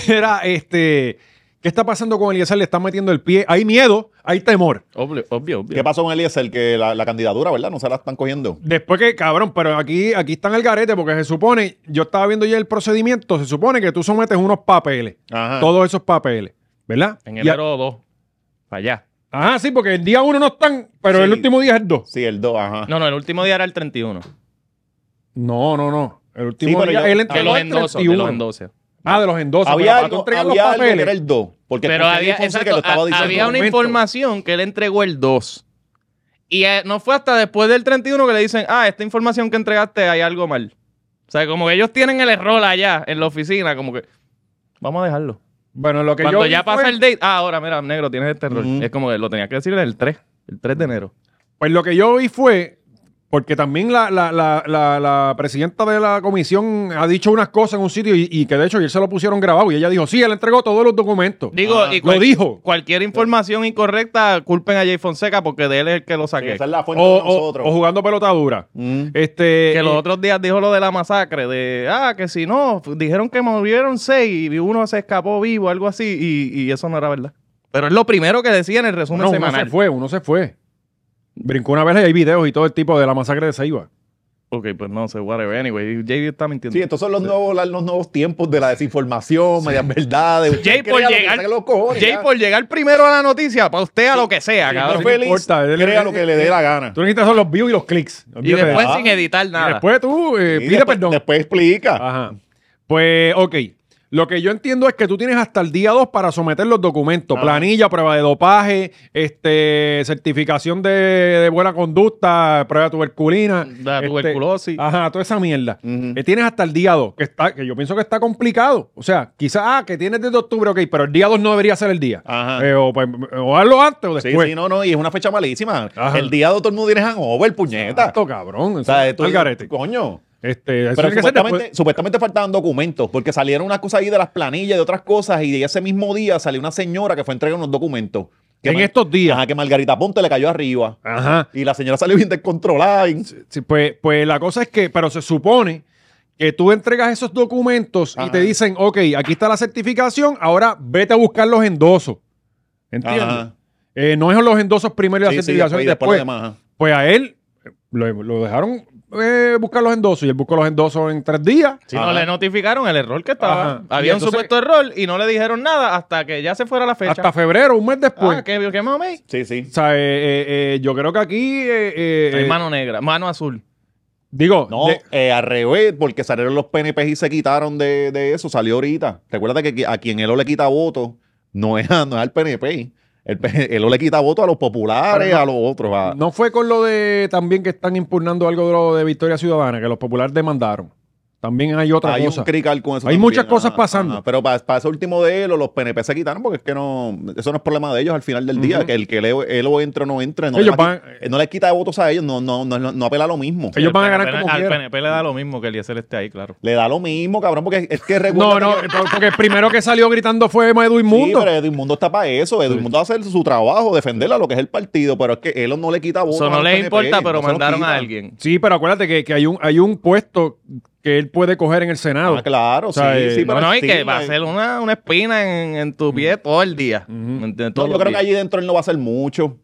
B: Mira, este, ¿qué está pasando con Eliezer? Le están metiendo el pie. Hay miedo, hay temor.
D: Obvio, obvio. obvio.
C: ¿Qué pasó con Eliezer? Que la, la candidatura, ¿verdad? No se la están cogiendo.
B: Después que, cabrón, pero aquí, aquí están el garete porque se supone, yo estaba viendo ya el procedimiento, se supone que tú sometes unos papeles,
C: Ajá.
B: todos esos papeles, ¿verdad?
D: En
B: Y a-
D: enero 2. Para allá.
B: Ajá, sí, porque el día uno no están, pero
C: Sí.
B: el último día es el dos.
C: Sí, el 2, ajá.
D: No, no, el último día era el 31.
B: No, no, no. El
C: Sí,
B: último
C: pero
B: día,
C: yo-
B: él
C: que
D: Que
B: entregó
D: los
B: el
D: endosos. Ah, De
B: 31.
D: los endosos.
B: Ah, de los endosos.
C: había
B: pero para tú
C: algo,
B: entregar los
C: había algo que
B: papeles-
C: era el 2. Porque
D: Pero
C: escuché a
D: había,
C: Jay Fonseca que
D: exacto,
C: lo estaba
D: ha-
C: diciendo.
D: había una
B: Momento.
D: información que él entregó el 2. Y eh, no fue hasta después del 31 que le dicen, ah, esta información que entregaste hay algo mal. O sea, como que ellos tienen el error allá en la oficina, como que vamos a dejarlo.
B: Bueno, lo que
D: Cuando
B: yo
D: ya
B: vi
D: pasa
B: fue-
D: el date, ah, ahora, mira, negro, tienes este error.
C: Ujú.
D: Es como que lo tenía que decir el 3, el 3 de enero.
B: Pues lo que yo vi fue, porque también la, la- la- la- la presidenta de la comisión ha dicho unas cosas en un sitio y, y que de hecho ayer se lo pusieron grabado y ella dijo, sí, él entregó todos los
C: Ah,
B: documentos.
D: Digo, y
B: lo dijo.
D: cualquier información incorrecta, culpen a Jay Fonseca porque de él es el que lo
C: Sí,
D: saqué.
C: esa es la
B: O,
C: fuente de
B: o-
C: nosotros.
B: o jugando pelotadura.
C: Mm.
B: Este,
D: Que los
B: eh,
D: otros días dijo lo de la masacre, de, ah, que si no, f- dijeron que murieron seis y uno se escapó vivo, algo así, y, y eso no era verdad. Pero es lo primero que decía en el resumen
B: no, uno se
D: semanal.
B: fue, uno se fue. Brincó una vez y hay videos y todo el tipo de la masacre de Ceiba.
D: Ok, pues no sé, whatever, anyway, Jay está mintiendo.
C: Sí, estos son los,
B: eh,
C: nuevos, la- los nuevos tiempos de la desinformación, medias verdades. Usted
D: Jay,
C: crea
D: por
C: lo que
D: llegar,
C: saque los cojones,
D: Jay
C: ya.
D: por llegar primero a la noticia, para usted a lo que sea,
C: Sí,
D: cabrón.
C: no feliz,
B: importa, él-
C: crea
B: él-
C: lo que le dé la gana.
B: Tú necesitas son los views y los clics.
D: Y
B: Olvídate de
D: después
B: eso.
D: sin editar nada.
B: Y después tú eh,
C: Sí,
B: pide
C: después,
B: perdón. Ah,
C: Después explica.
B: Ajá. Pues, ok. Lo que yo entiendo es que tú tienes hasta el día 2 para someter los documentos,
C: Ajá.
B: planilla, prueba de dopaje, este, certificación de, de buena conducta, prueba tuberculina.
D: La
B: este,
D: tuberculosis.
B: Ajá, toda esa mierda.
C: Ujú.
B: Eh, tienes hasta el día 2, que, está, que yo pienso que está complicado. O sea, quizás, ah, que tienes desde octubre, ok, pero el día 2 no debería ser el día.
C: Ajá.
B: Eh, o, pues, o hazlo antes o
C: Sí,
B: después.
C: sí, no, no, y es una fecha malísima.
B: pues. Ajá.
C: El día de todo el mundo tiene hangover, puñeta.
B: Exacto, cabrón.
C: o sea, esto
B: al garete.
C: Coño.
B: Este, eso tiene
C: Pero
B: que ser
C: supuestamente,
B: después.
C: supuestamente faltaban documentos, porque salieron unas cosas ahí de las planillas, de otras cosas, y ese mismo día salió una señora que fue a entregar unos documentos. Que
B: En
C: Mar-
B: estos días.
C: Ajá, que Margarita Ponte le cayó arriba.
B: Ajá.
C: Y la señora salió bien descontrolada. y-
B: Sí, pues, pues la cosa es que, pero se supone que tú entregas esos documentos y
C: Ajá.
B: te dicen, ok, aquí está la certificación, ahora vete a buscar los endosos. ¿Entiendes?
C: Ajá.
B: Eh, no es los endosos primero y la
C: Sí, sí,
B: certificación y
C: después- y
B: después.
C: después lo demás, ajá.
B: Pues a él eh, lo, lo dejaron eh, buscar los endosos y él buscó los endosos en tres días.
D: Si no
C: Ajá.
D: le notificaron el error que estaba.
B: Ajá. Y
D: Había un
B: entonces-
D: supuesto error y no le dijeron nada hasta que ya se fuera la fecha.
B: Hasta febrero, un mes después.
D: ah, qué, qué mami.
C: Sí, sí.
B: O sea, eh, eh, eh, yo creo que aquí. eh, eh,
D: Hay
B: eh,
D: mano negra, mano azul.
B: digo,
C: No,
B: de-
C: eh, al revés, porque salieron los PNP y se quitaron de, de eso, salió ahorita. Recuerda que qui- a quien Elo le quita votos no es, a- no es al PNP. El P- <laughs> Elo le quita votos a los populares,
B: Pero no-
C: a los otros. a-
B: no fue con lo de también que están impugnando algo de lo de Victoria Ciudadana, que los populares demandaron. También hay otra
C: hay
B: cosa.
C: un crical con eso.
B: Hay
C: también,
B: muchas cosas pasando.
C: pero para eso último de Elo, los PNP se quitaron porque es que no. Eso no es problema de ellos al final del día.
B: Ujú.
C: Que el que Elo, Elo entra o no entra, no,
B: Ellos
C: le va a qui-
B: van-
C: eh, no le quita votos a ellos, no, no, no, no apela a lo mismo.
B: Ellos van a
D: El
B: ganar
D: PNP
B: como
D: Al
B: quieran.
D: PNP le da lo mismo que el ISL esté ahí, claro.
C: Le da lo mismo, cabrón, porque es que recuerda
B: No, no, eh,
C: que-
B: porque el primero que salió gritando fue Edu Inmundo.
C: Sí, pero Edwin Mundo está para eso. Edwin Mundo va a hacer su trabajo, defender a lo que es el partido, pero es que él no le quita votos.
D: Eso
C: a
D: no
C: los
D: les
C: PNP,
D: importa,
C: no
D: pero
C: se los
D: mandaron
C: quita.
D: a alguien.
B: Sí, pero acuérdate que, que hay, un, hay un puesto que él puede coger en el Senado.
C: Ah, claro,
B: O sea,
C: sí,
B: eh,
C: sí, pero
D: No, no, y
C: sí,
D: que va a
C: eh,
D: ser una, una espina en, en tu pie todo el día. ¿Me entiendes?
C: no,
D: Todos
C: yo
D: los
C: creo que
D: días.
C: allí dentro él no va a hacer mucho.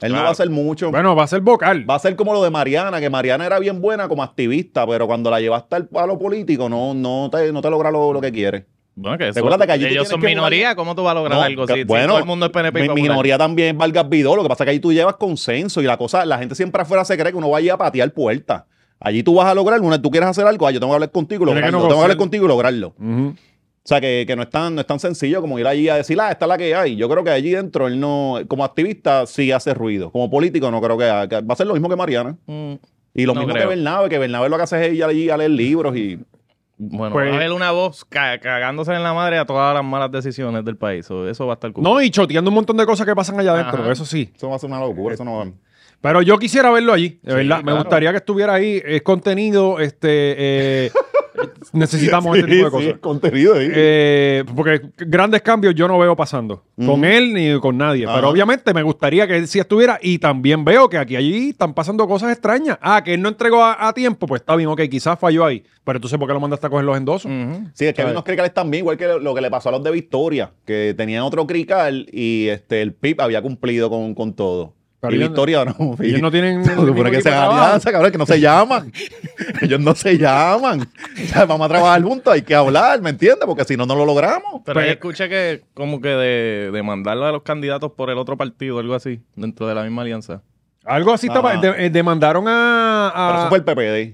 C: Él no va a hacer mucho.
B: Bueno, va a ser vocal.
C: Va a ser como lo de Mariana, que Mariana era bien buena como activista, pero cuando la llevaste al palo político no, no, te, no te logra lo, lo que quieres.
D: Bueno, que eso-
C: Recuérdate que allí tú
D: ellos
C: tienes
D: son
C: que
D: minoría,
C: jugar-
D: ¿cómo tú vas a lograr
C: No,
D: algo
C: que-
D: si, si todo el mundo es PNP y
C: mi-
D: popular?
C: minoría también es Vargas Vidó. Lo que pasa es que ahí tú llevas consenso y la cosa, la gente siempre afuera se cree que uno va a ir a patear puertas. Allí tú vas a lograr, una vez tú quieres hacer algo, ah, yo tengo que hablar contigo y
B: Tiene que
C: lograrlo. tengo que hablar
B: negociar.
C: contigo y lograrlo.
B: Ujú.
C: O sea, que, que no, es tan, no es tan sencillo como ir allí a decir, ah, esta es la que hay. Yo creo que allí dentro, él no, como activista, sí hace ruido. Como político, no creo que, haga- que va a ser lo mismo que Mariana.
D: Mm,
C: Y lo
D: No
C: mismo
D: creo.
C: que Bernabe, que Bernabe lo que hace es ir allí a leer libros y.
D: Bueno,
B: Pues-
D: va a haber una voz ca- cagándose en la madre a todas las malas decisiones del país. o Eso va a estar cool.
B: No, y choteando un montón de cosas que pasan allá adentro,
D: Ajá.
B: eso sí.
C: Eso va a ser una locura, eso no va.
B: Pero yo quisiera verlo allí, de
D: Sí,
B: verdad. Me
C: <laughs>
D: claro.
B: gustaría que estuviera ahí. Es contenido, este, eh, necesitamos
C: Sí,
B: este tipo de
C: sí,
B: cosas.
C: es contenido ahí.
B: Eh, porque grandes cambios yo no veo pasando con él ni con nadie.
C: Ajá.
B: Pero obviamente me gustaría que él sí estuviera. Y también veo que aquí allí están pasando cosas extrañas. Ah, que él no entregó a, a tiempo. Pues está bien, ok, quizás falló ahí. Pero entonces, ¿por qué lo mandaste a coger los endosos?
C: Mm.
D: Ujú.
C: Sí, es que
B: ¿Sabes?
C: hay unos cricales también, igual que lo- lo que le pasó a los de Victoria, que tenían otro crical y este el PIB había cumplido con, con todo.
B: Pero
C: y
B: ellos-
C: Victoria no.
B: ellos
C: <laughs>
B: no tienen
C: Se
B: ningún
C: supone que
B: equipo
C: se
B: de trabajo.
C: alianza, cabrón, que no se llaman. <laughs> ellos no se llaman. O sea, vamos a trabajar juntos, hay que hablar, ¿me entiendes? Porque si no, no lo logramos.
D: Pero ahí
B: Pero-
D: escuché que como que de, de mandarlo a los candidatos por el otro partido, algo así, dentro de la misma alianza.
B: Algo así estaba-
C: Ajá.
B: de- eh, demandaron a. a-
C: Pero eso fue el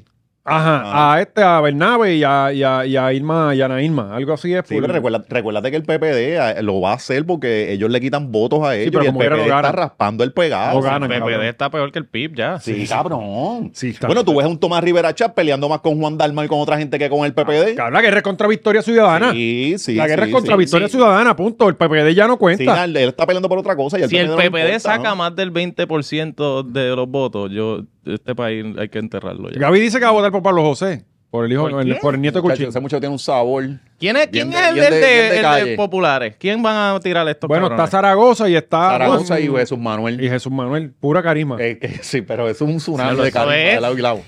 C: PPD.
B: ajá,
C: Ajá.
B: a este, a Bernabe y a, y a- y a Irma y a Ana Irma. Algo así es.
C: Sí, pero recuerda, recuérdate que el PPD eh, lo va a hacer porque ellos le quitan votos a ellos
B: pero
C: y el
B: como quiera lo
C: PPD está
B: ganan.
C: raspando el pegado.
B: Lo
C: O sea,
B: ganan,
D: El PPD
B: cabrón.
D: está peor que el PIB ya.
C: Sí, cabrón.
B: Sí, está-
C: bueno, tú ves a un Tomás Rivera Chat peleando más con Juan Dalma y con otra gente que con el PPD.
B: Cabrón, La guerra es contra Victoria Ciudadana.
C: Sí, sí.
B: la guerra
C: sí,
B: es contra
C: sí.
B: Victoria Ciudadana, punto. El PPD ya no
C: Sí,
B: cuenta.
C: él está peleando por otra cosa. Y
D: Si el
C: no
D: PPD
C: le importa,
D: saca
C: ¿no?
D: más del 20% de los votos, yo este país hay que enterrarlo ya.
B: Gaby dice que va a votar por Pablo José, por el hijo,
D: ¿Por
B: el-
D: quién?
B: por el nieto de
C: Muchacho,
B: Cuchillo.
C: Ese muchacho tiene un sabor.
D: ¿Quién es, quién
C: Bien
D: es
C: de-
D: el,
C: bien
D: del
C: de-
D: de,
C: bien de
D: el de
C: calle.
D: populares? ¿Quién van a tirar estos
B: Bueno,
D: cabrones?
B: está Zaragoza y está
C: Zaragoza y
B: Juan-
C: Jesús Manuel.
B: y Jesús Manuel, pura carisma.
C: Eh, que <laughs> sí, pero es un tsunami
D: Sí, lo
C: de carisma
D: sabes.
C: de lado y lado.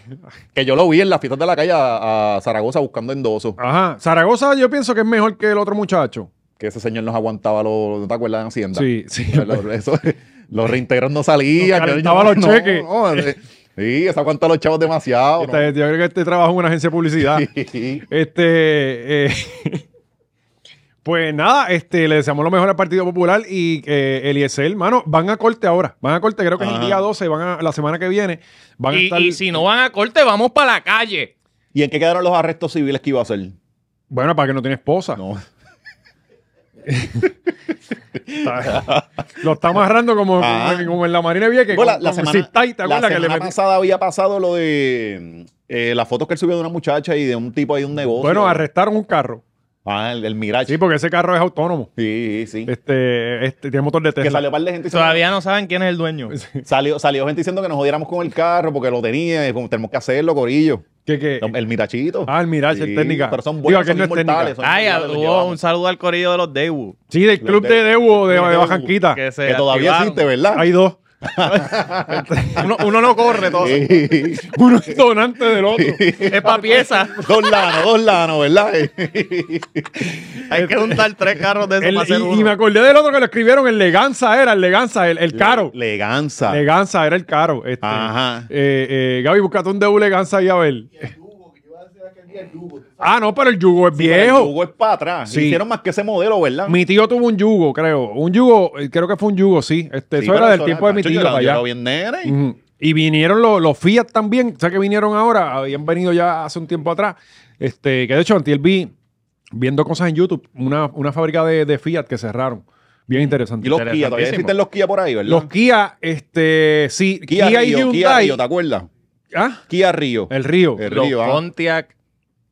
C: Que yo lo vi en las fiestas de la calle a, a Zaragoza buscando endoso.
B: Ajá, Zaragoza yo pienso que es mejor que el otro muchacho.
C: Que ese señor nos aguantaba los. ¿No te acuerdas de Hacienda?
B: Sí,
C: <laughs>
B: sí.
C: Los, eso- los reintegros no salían.
B: Nos
C: que
B: calentaba
C: no,
B: los
C: no,
B: cheques.
C: no, eh, sí, eso aguanta a los chavos demasiado. ¿no? <laughs>
B: Este- yo creo que este trabaja en una agencia de publicidad.
C: Sí.
B: Este, eh, <laughs> pues nada, este, le deseamos lo mejor al Partido Popular y eh, Eliezer, hermano, van a corte ahora. Van a corte, creo que es
C: Ajá.
B: el día 12, van a, la semana que viene. Van a
D: y,
B: estar,
D: y si no van a corte, vamos para la calle.
C: ¿Y en qué quedaron los arrestos civiles que iba a hacer?
B: Bueno, para que no tiene esposa.
C: No.
B: Está- lo está amarrando como,
C: Ah.
B: como- como en la Marina Vieja. Que
C: Bueno, la,
B: con-
C: la
B: con
C: semana,
B: Sistay, ¿te
C: la
B: acuerdas que le
C: semana
B: metí-
C: pasada había pasado lo de eh, las fotos que él subió de una muchacha y de un tipo ahí de un negocio.
B: Bueno, arrestaron un carro.
C: Ah, el, el Mirage.
B: Sí, porque ese carro es autónomo.
C: Sí, sí.
B: Este, este tiene motor de
C: Que
B: Tesla.
C: salió par de gente diciendo-
D: Todavía no saben quién es el dueño.
C: salió, salió gente diciendo que nos jodiéramos con el carro porque lo tenía y como tenemos que hacerlo, Corillo.
B: Que-
D: Eh.
B: que-
C: El Mirachito.
B: ah, el Mirage, el
C: Sí,
B: técnica.
C: Pero son
B: Digo,
C: buenos,
B: que
C: son
B: no es
C: inmortales.
B: técnica.
C: son
D: Ay, ah,
C: inmortales, los
D: hubo
C: llevamos.
D: un saludo al corillo de los Debu.
B: Sí, del
C: Los
B: club
C: de-
B: de Debo de,
C: los de
B: de
C: Debo.
B: Bajanquita.
D: Que se
C: Que todavía
D: activaron.
C: existe, ¿verdad?
B: Hay
C: <laughs>
B: dos.
D: Uno, uno no corre, todo.
C: Sí. <laughs>
B: Uno es donante del otro.
D: <laughs> Es pa' pieza.
C: dos lanos, dos lanos, ¿verdad?
D: Hay que juntar tres carros de esos
B: El-
D: para hacer
B: y, y me
D: uno.
B: acordé del otro que lo escribieron, el Leganza era, el Leganza, el, el caro.
C: Leganza.
B: Leganza era el caro. este.
C: Ajá.
B: Eh, eh, Gaby, búscate un Debu Leganza ahí a ver. Ah, no, pero el yugo es
C: Sí, pero el
B: viejo.
C: yugo es para atrás.
B: Sí.
C: Hicieron más que ese modelo, ¿verdad?
B: Mi tío tuvo un yugo, creo. Un yugo, eh, creo que fue un yugo, sí. Este,
C: Sí,
B: eso
C: pero
B: era del tiempo de mi
C: macho,
B: tío
C: yo
B: para
C: era- yo
B: allá.
C: era bien nene.
B: Ujú. Y vinieron los, los Fiat también. O sea, que vinieron ahora. Habían venido ya hace un tiempo atrás. Este, que de hecho, antier vi, viendo cosas en YouTube, una, una fábrica de, de Fiat que cerraron. Bien interesante.
C: Y los Kia, todavía existen los Kia por ahí, ¿verdad?
B: Los Kia, este, sí,
C: Kia,
B: Kia, y
C: Río, Kia
B: Hyundai.
C: Río, ¿te acuerdas?
B: ah,
C: Kia Río.
B: el río.
C: El
D: Los
C: río, ah.
D: Pontiac,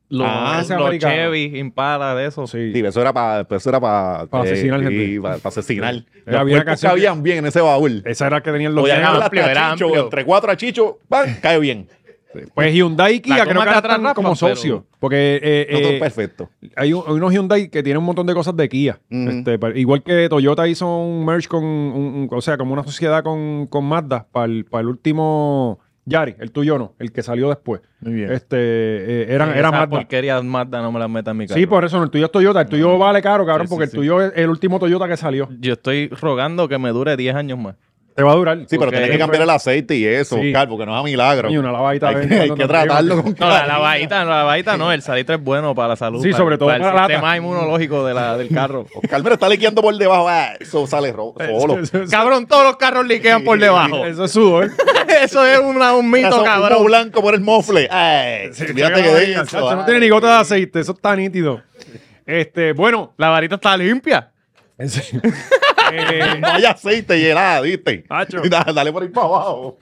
D: los,
B: Ah, ese
D: los
B: americano.
D: Chevy, Impala, de esos.
B: Sí.
C: Sí, eso era para eso era pa, eh,
B: Pa' asesinar gente.
C: para asesinar.
B: Había
C: Los
B: una
C: cuerpos
B: canción que-
C: cabían bien en ese baúl.
B: Esa era la que tenían los
C: Podían
B: negros.
C: hablar
D: amplio,
C: hasta
D: era
C: Chicho,
D: amplio.
C: entre cuatro a Chicho,
B: Eh,
C: ¡pam! cae bien.
B: Pues Hyundai y Kia,
D: La
B: creo que
D: toma
B: ahora
D: te atrás,
B: están como
D: Rafa, pero-
B: socios. Porque eh,
C: No todo
B: eh,
D: pues.
C: perfecto.
B: hay, un- hay unos Hyundai que tienen un montón de cosas de Kia.
C: Ujú.
B: Este, pa- igual que Toyota hizo un merge con, un- un- o sea, como una sociedad con, con Mazda para el, para el último Yari, el tuyo no, el que salió después.
D: Muy
B: Este, eh, eran, era
D: Esa
B: Mazda.
D: porquería Mazda no me la meta en mi carro.
B: Sí, por eso, no, el tuyo es Toyota, el tuyo vale caro, cabrón,
D: Sí, sí,
B: porque
D: sí.
B: el tuyo es el último Toyota que salió.
D: Yo estoy rogando que me dure 10 años más.
B: Te va a durar.
C: Sí, pero
D: porque
C: tenés que cambiar
D: <laughs>
C: el aceite y eso,
B: Sí.
C: Oscar, porque no es a milagro.
B: Coño, una lavadita
C: hay
B: de vez
C: que,
B: en
C: hay
B: cuando
C: que
B: también.
C: tratarlo con
D: No, la
C: cariño.
D: lavadita, no, la lavadita no. El salitre es bueno para la salud.
B: Sí,
D: para-
B: sobre todo para
D: el
B: la
D: sistema
B: lata.
D: inmunológico de la- del
B: <laughs>
D: carro.
C: Oscar me lo está liqueando por debajo. ah, eso sale ro- solo.
B: Eso- eso-
D: Cabrón, todos los carros liquean por debajo.
B: Eso es ¿eh? sudor.
D: <laughs> Eso es una- un
C: Eso,
D: mito,
C: humo
D: cabrón.
C: blanco por el mofle. Ay, fíjate que "Ah, de eso,
B: Chacho, No
C: ay.
B: tiene ni gota de aceite, eso está nítido. Este, bueno.
D: La varita está limpia.
B: eh, <laughs>
C: Vaya aceite y helada, ¿viste?
B: Macho.
C: Dale por ahí para abajo.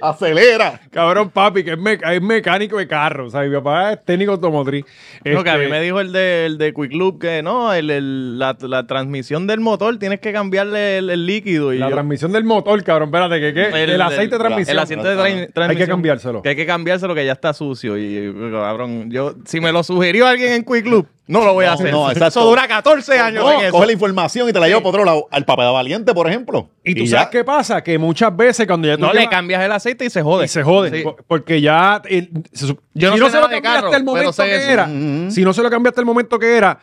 C: Acelera.
B: Cabrón, papi, que es, meca- es mecánico de carro. O sea, mi papá es técnico automotriz.
D: No, que a mí
B: Este,
D: me dijo el de, el de Quick Loop que no, el, el- la, la transmisión del motor tienes que cambiarle el, el líquido. Y
B: La
D: yo-
B: transmisión del motor, cabrón. Espérate, que, que el, aceite de transmisión. Ah,
D: El aceite de tra-
C: Hay que
D: transmisión.
B: cambiárselo.
D: Que hay que cambiárselo, que ya está sucio. Y, cabrón, yo, si me lo sugirió alguien en Quick Loop, no lo voy a
C: No,
D: hacer.
C: no, exacto.
D: Eso dura 14 años
C: No,
D: en eso.
C: coge la información y te la lleva por otro lado. Al papá de Valiente, por ejemplo.
B: Y tú
C: ya.
B: sabes qué pasa, que muchas veces cuando ya tú
D: No le
B: llevas-
D: cambias el aceite y se jode.
B: y se joden,
D: Sí.
B: por- porque ya eh, se sup-
D: Yo no
B: si
D: sé
B: no se
D: nada
B: lo cambiaste
D: de carro,
B: al momento
D: pero sé
B: que
D: eso. Mm-hmm.
B: era,
C: Ujú.
B: si no se lo cambiaste al momento que era,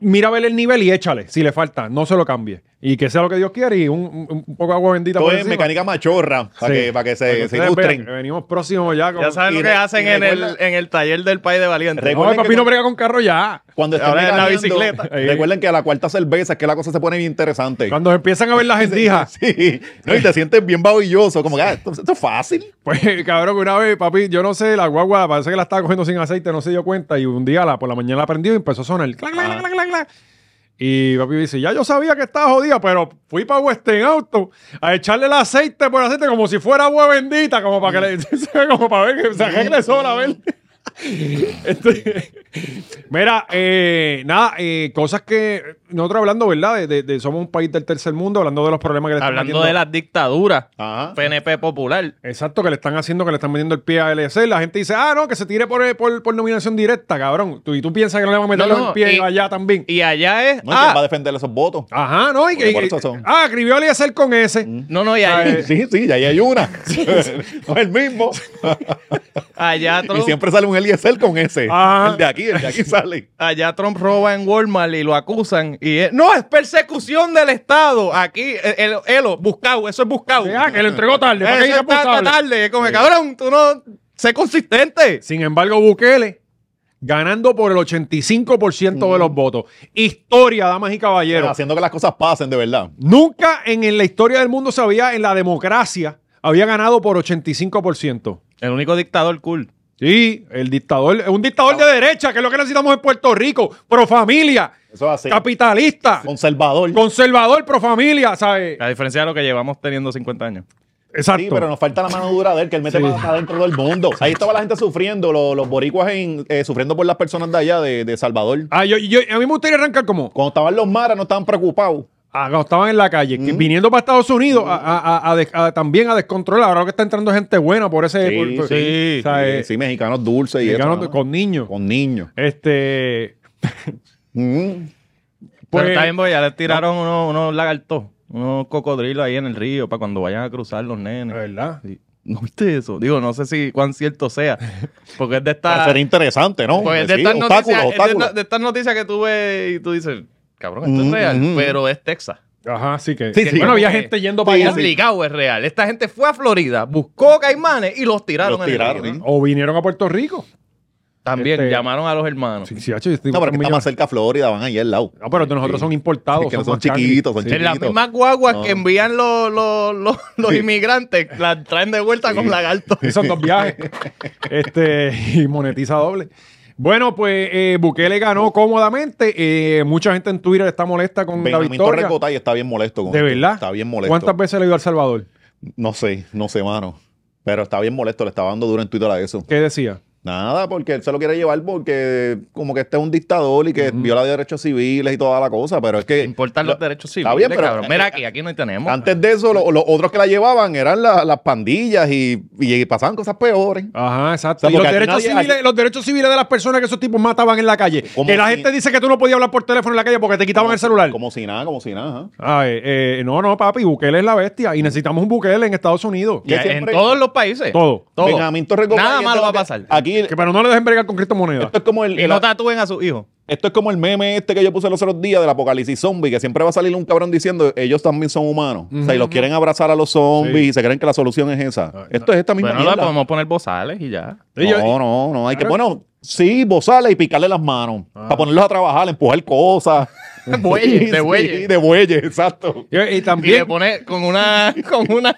B: mira a ver el nivel y échale, si le falta, no se lo cambie y que sea lo que Dios quiere y un, un- un poco de agua bendita
C: Esto
B: por
C: es
B: encima.
C: mecánica machorra para
B: Sí.
C: que, para que
B: Para que
C: se, se
B: ustedes vean
C: ilustren.
B: que venimos próximos ya. con-
D: Ya saben
C: Y
D: lo que
C: re-
D: hacen
C: y
D: en el,
C: recuerda-
D: en el taller del país de Valiente.
C: Recuerda-
B: No, el
C: recuerden
B: papi
C: que-
B: no brega con carro ya.
C: Cuando estén
D: Ahora en la
C: mecaneando,
D: bicicleta.
C: Recuerden que a la cuarta cerveza es que la cosa se pone bien interesante.
B: Cuando empiezan a ver
D: <laughs>
B: las endijas,
C: Sí. No, y te sientes bien babilloso. Como que ah, esto, esto es fácil.
B: Pues, <laughs> cabrón, que una vez, papi, yo no sé, la guagua parece que la estaba cogiendo sin aceite, no se dio cuenta. Y un día la, por la mañana la prendió y empezó a sonar. clac, clac,
C: Ah.
B: clac, clac, clac. Y papi dice, ya yo sabía que estaba jodida, pero fui para Western Auto a echarle el aceite por aceite como si fuera agua bendita, como para que le, <laughs> como para ver que se arregle sola, a ver. <laughs> Este, mira, eh, nada, eh, cosas que nosotros hablando, ¿verdad? De, de- de somos un país del tercer mundo, hablando de los problemas que le están
D: Hablando
B: metiendo-
D: de las dictaduras,
C: Ajá.
D: PNP popular.
B: Exacto, que le están haciendo, que le están metiendo el pie a LC. La gente dice, ah, no, que se tire por, por, por nominación directa, cabrón. Tú, y tú piensas que no le van a meter
D: No, no,
B: el pie
D: y-
B: allá también.
D: Y allá es.
C: No, ¿y
D: ah,
C: ¿Quién va a defender esos votos?
B: Ajá, no, y
C: Porque
B: que.
C: por
B: y-
C: eso son.
B: Ah, escribió LC con ese.
D: no, no, y allá,
C: Sí, sí, ya ahí hay una. <laughs> no es el mismo.
D: allá
C: y
D: Trump,
C: siempre sale un Eliezer con ese.
B: Ajá.
C: El de aquí, el de aquí sale.
D: allá Trump roba en Walmart y lo acusan. Y es- no, es persecución del Estado. Aquí, eh, el, el- elo, buscado, eso es buscado.
B: Ah, que le entregó tarde. ¿para qué
D: Eso está
B: irresponsable?
D: hasta tarde. Es como, cabrón, tú no. Sé consistente.
B: Sin embargo, Bukele ganando por el 85% de los votos. Historia, damas y caballeros.
C: haciendo que las cosas pasen, de verdad.
B: Nunca en, en la historia del mundo se había, en la democracia, había ganado por 85%.
D: El único dictador cool.
B: Sí, el dictador, un dictador de derecha, que es lo que necesitamos en Puerto Rico, pro familia,
C: Eso es así.
B: capitalista,
C: Conservador.
B: conservador, pro familia, ¿sabes?
D: A diferencia de lo que llevamos teniendo 50 años.
B: Exacto.
C: Sí, pero nos falta la mano dura de él, que él mete
B: Sí.
C: para para dentro del mundo. Ahí estaba la gente sufriendo, lo- los boricuas en- eh, sufriendo por las personas de allá, de, de Salvador.
B: Ah, yo- yo- a mí me gustaría arrancar como
C: Cuando estaban los maras, no estaban preocupados.
B: ah, cuando estaban en la calle, que viniendo para Estados Unidos a, a- a- a des- a- también a descontrolar. Ahora que está entrando gente buena por ese.
C: Sí,
B: por- por-
D: sí.
B: ¿sabes?
C: sí, mexicanos dulces y
B: Mexicanos
C: eso, ¿no?
B: con niños.
C: Con niños.
B: Este.
C: Mm.
B: Pues-
D: Pero está bien, porque ya les tiraron unos, unos lagartos, unos cocodrilos ahí en el río para cuando vayan a cruzar los nenes.
B: ¿Verdad?
D: Sí. ¿No viste eso? Digo, no sé si cuán cierto sea. Porque es de esta.
C: Sería interesante, ¿no?
D: porque es pues de
C: Oh, pues Sí,
D: estas
C: obstáculos,
D: noticias, es de
C: obstáculos.
D: esta- de estas noticias que tú ves y tú dices, cabrón, esto es
C: Mm,
D: real,
C: mm.
D: pero es Texas.
B: Ajá, sí que.
C: Sí, sí.
B: Bueno, había
D: Como que-
B: gente yendo para
D: Es
B: allá.
D: obligado, es real. Esta gente fue a Florida, buscó caimanes y los tiraron.
C: Los
D: en el
C: tiraron,
D: río.
C: ¿eh?
B: O vinieron a Puerto Rico.
D: También
B: Este-
D: llamaron a los hermanos.
B: Sí, sí, hacho, yo estoy
C: No, pero que está más cerca a Florida, van ahí al lado.
B: No, pero nosotros
C: Sí.
B: son importados.
C: Sí, que no son
B: más caros.
C: chiquitos, son
D: En las
C: chiquito.
D: mismas guaguas
C: No.
D: que envían los, los, los, los inmigrantes, las traen de vuelta con lagartos.
B: Esos dos viajes.
C: <laughs>
B: Este, y monetiza doble. Bueno, pues eh, Bukele ganó cómodamente. Eh, mucha gente en Twitter está molesta con la
C: Benjamín Torres
B: victoria.
C: Gotay está bien molesto con
B: De
C: esto.
B: verdad.
C: Está bien molesto.
B: ¿Cuántas veces le dio al Salvador?
C: No sé, no sé, mano. Pero está bien molesto, le estaba dando duro en Twitter a eso.
B: ¿Qué decía?
C: Nada, porque él se lo quiere llevar porque como que este es un dictador y que viola derechos civiles y toda la cosa, pero es que...
D: <laughs> Importan los
C: lo-
D: derechos
C: Está
D: civiles,
C: bien, pero- eh,
D: cabrón. Mira aquí, aquí no tenemos.
C: Antes de eso, lo- los otros que la llevaban eran la- las pandillas y, y pasaban cosas peores.
B: Ajá, exacto.
C: O sea,
B: Y los,
C: porque aquí
B: derechos
C: nadie-
B: civiles,
C: aquí-
B: los derechos civiles de las personas que esos tipos mataban en la calle.
C: Como
B: Que la
C: si-
B: gente dice que tú no podías hablar por teléfono en la calle porque te quitaban el celular.
C: Como si nada, como si nada. ajá.
B: Ay, eh, no, no, papi, Bukele es la bestia. Y necesitamos un Bukele en Estados Unidos.
D: Ya,
C: que
D: en
C: siempre-
D: todos los países.
B: Todo.
D: Todo.
C: Benjamín Torres Gotay,
D: Nada
C: esto
D: malo
C: es
D: va
C: lo
D: a
C: que-
D: pasar.
C: Aquí,
B: Que, pero no le dejen bregar con criptomonedas.
C: esto es como el,
D: Y
C: el-
D: no tatúen a sus hijos.
C: Esto es como el meme este que yo puse los otros días del apocalipsis zombie, que siempre va a salir un cabrón diciendo, ellos también son humanos. O sea, y los quieren abrazar a los zombies
B: Sí.
C: y se creen que la solución es esa. Esto es esta misma
D: Bueno, le
C: mierda.
D: podemos poner bozales y ya.
B: Y yo-
C: No, no, no. Hay que,
B: Claro.
C: <laughs> bueno, sí, bozarle y picarle las manos. Para ponerlos a trabajar, empujar cosas.
D: Bueyes, de
C: Sí,
D: bueyes.
C: Ah. de bueyes, exacto.
B: Y, y
D: Y le
B: también,
D: pone con una. <laughs> Con una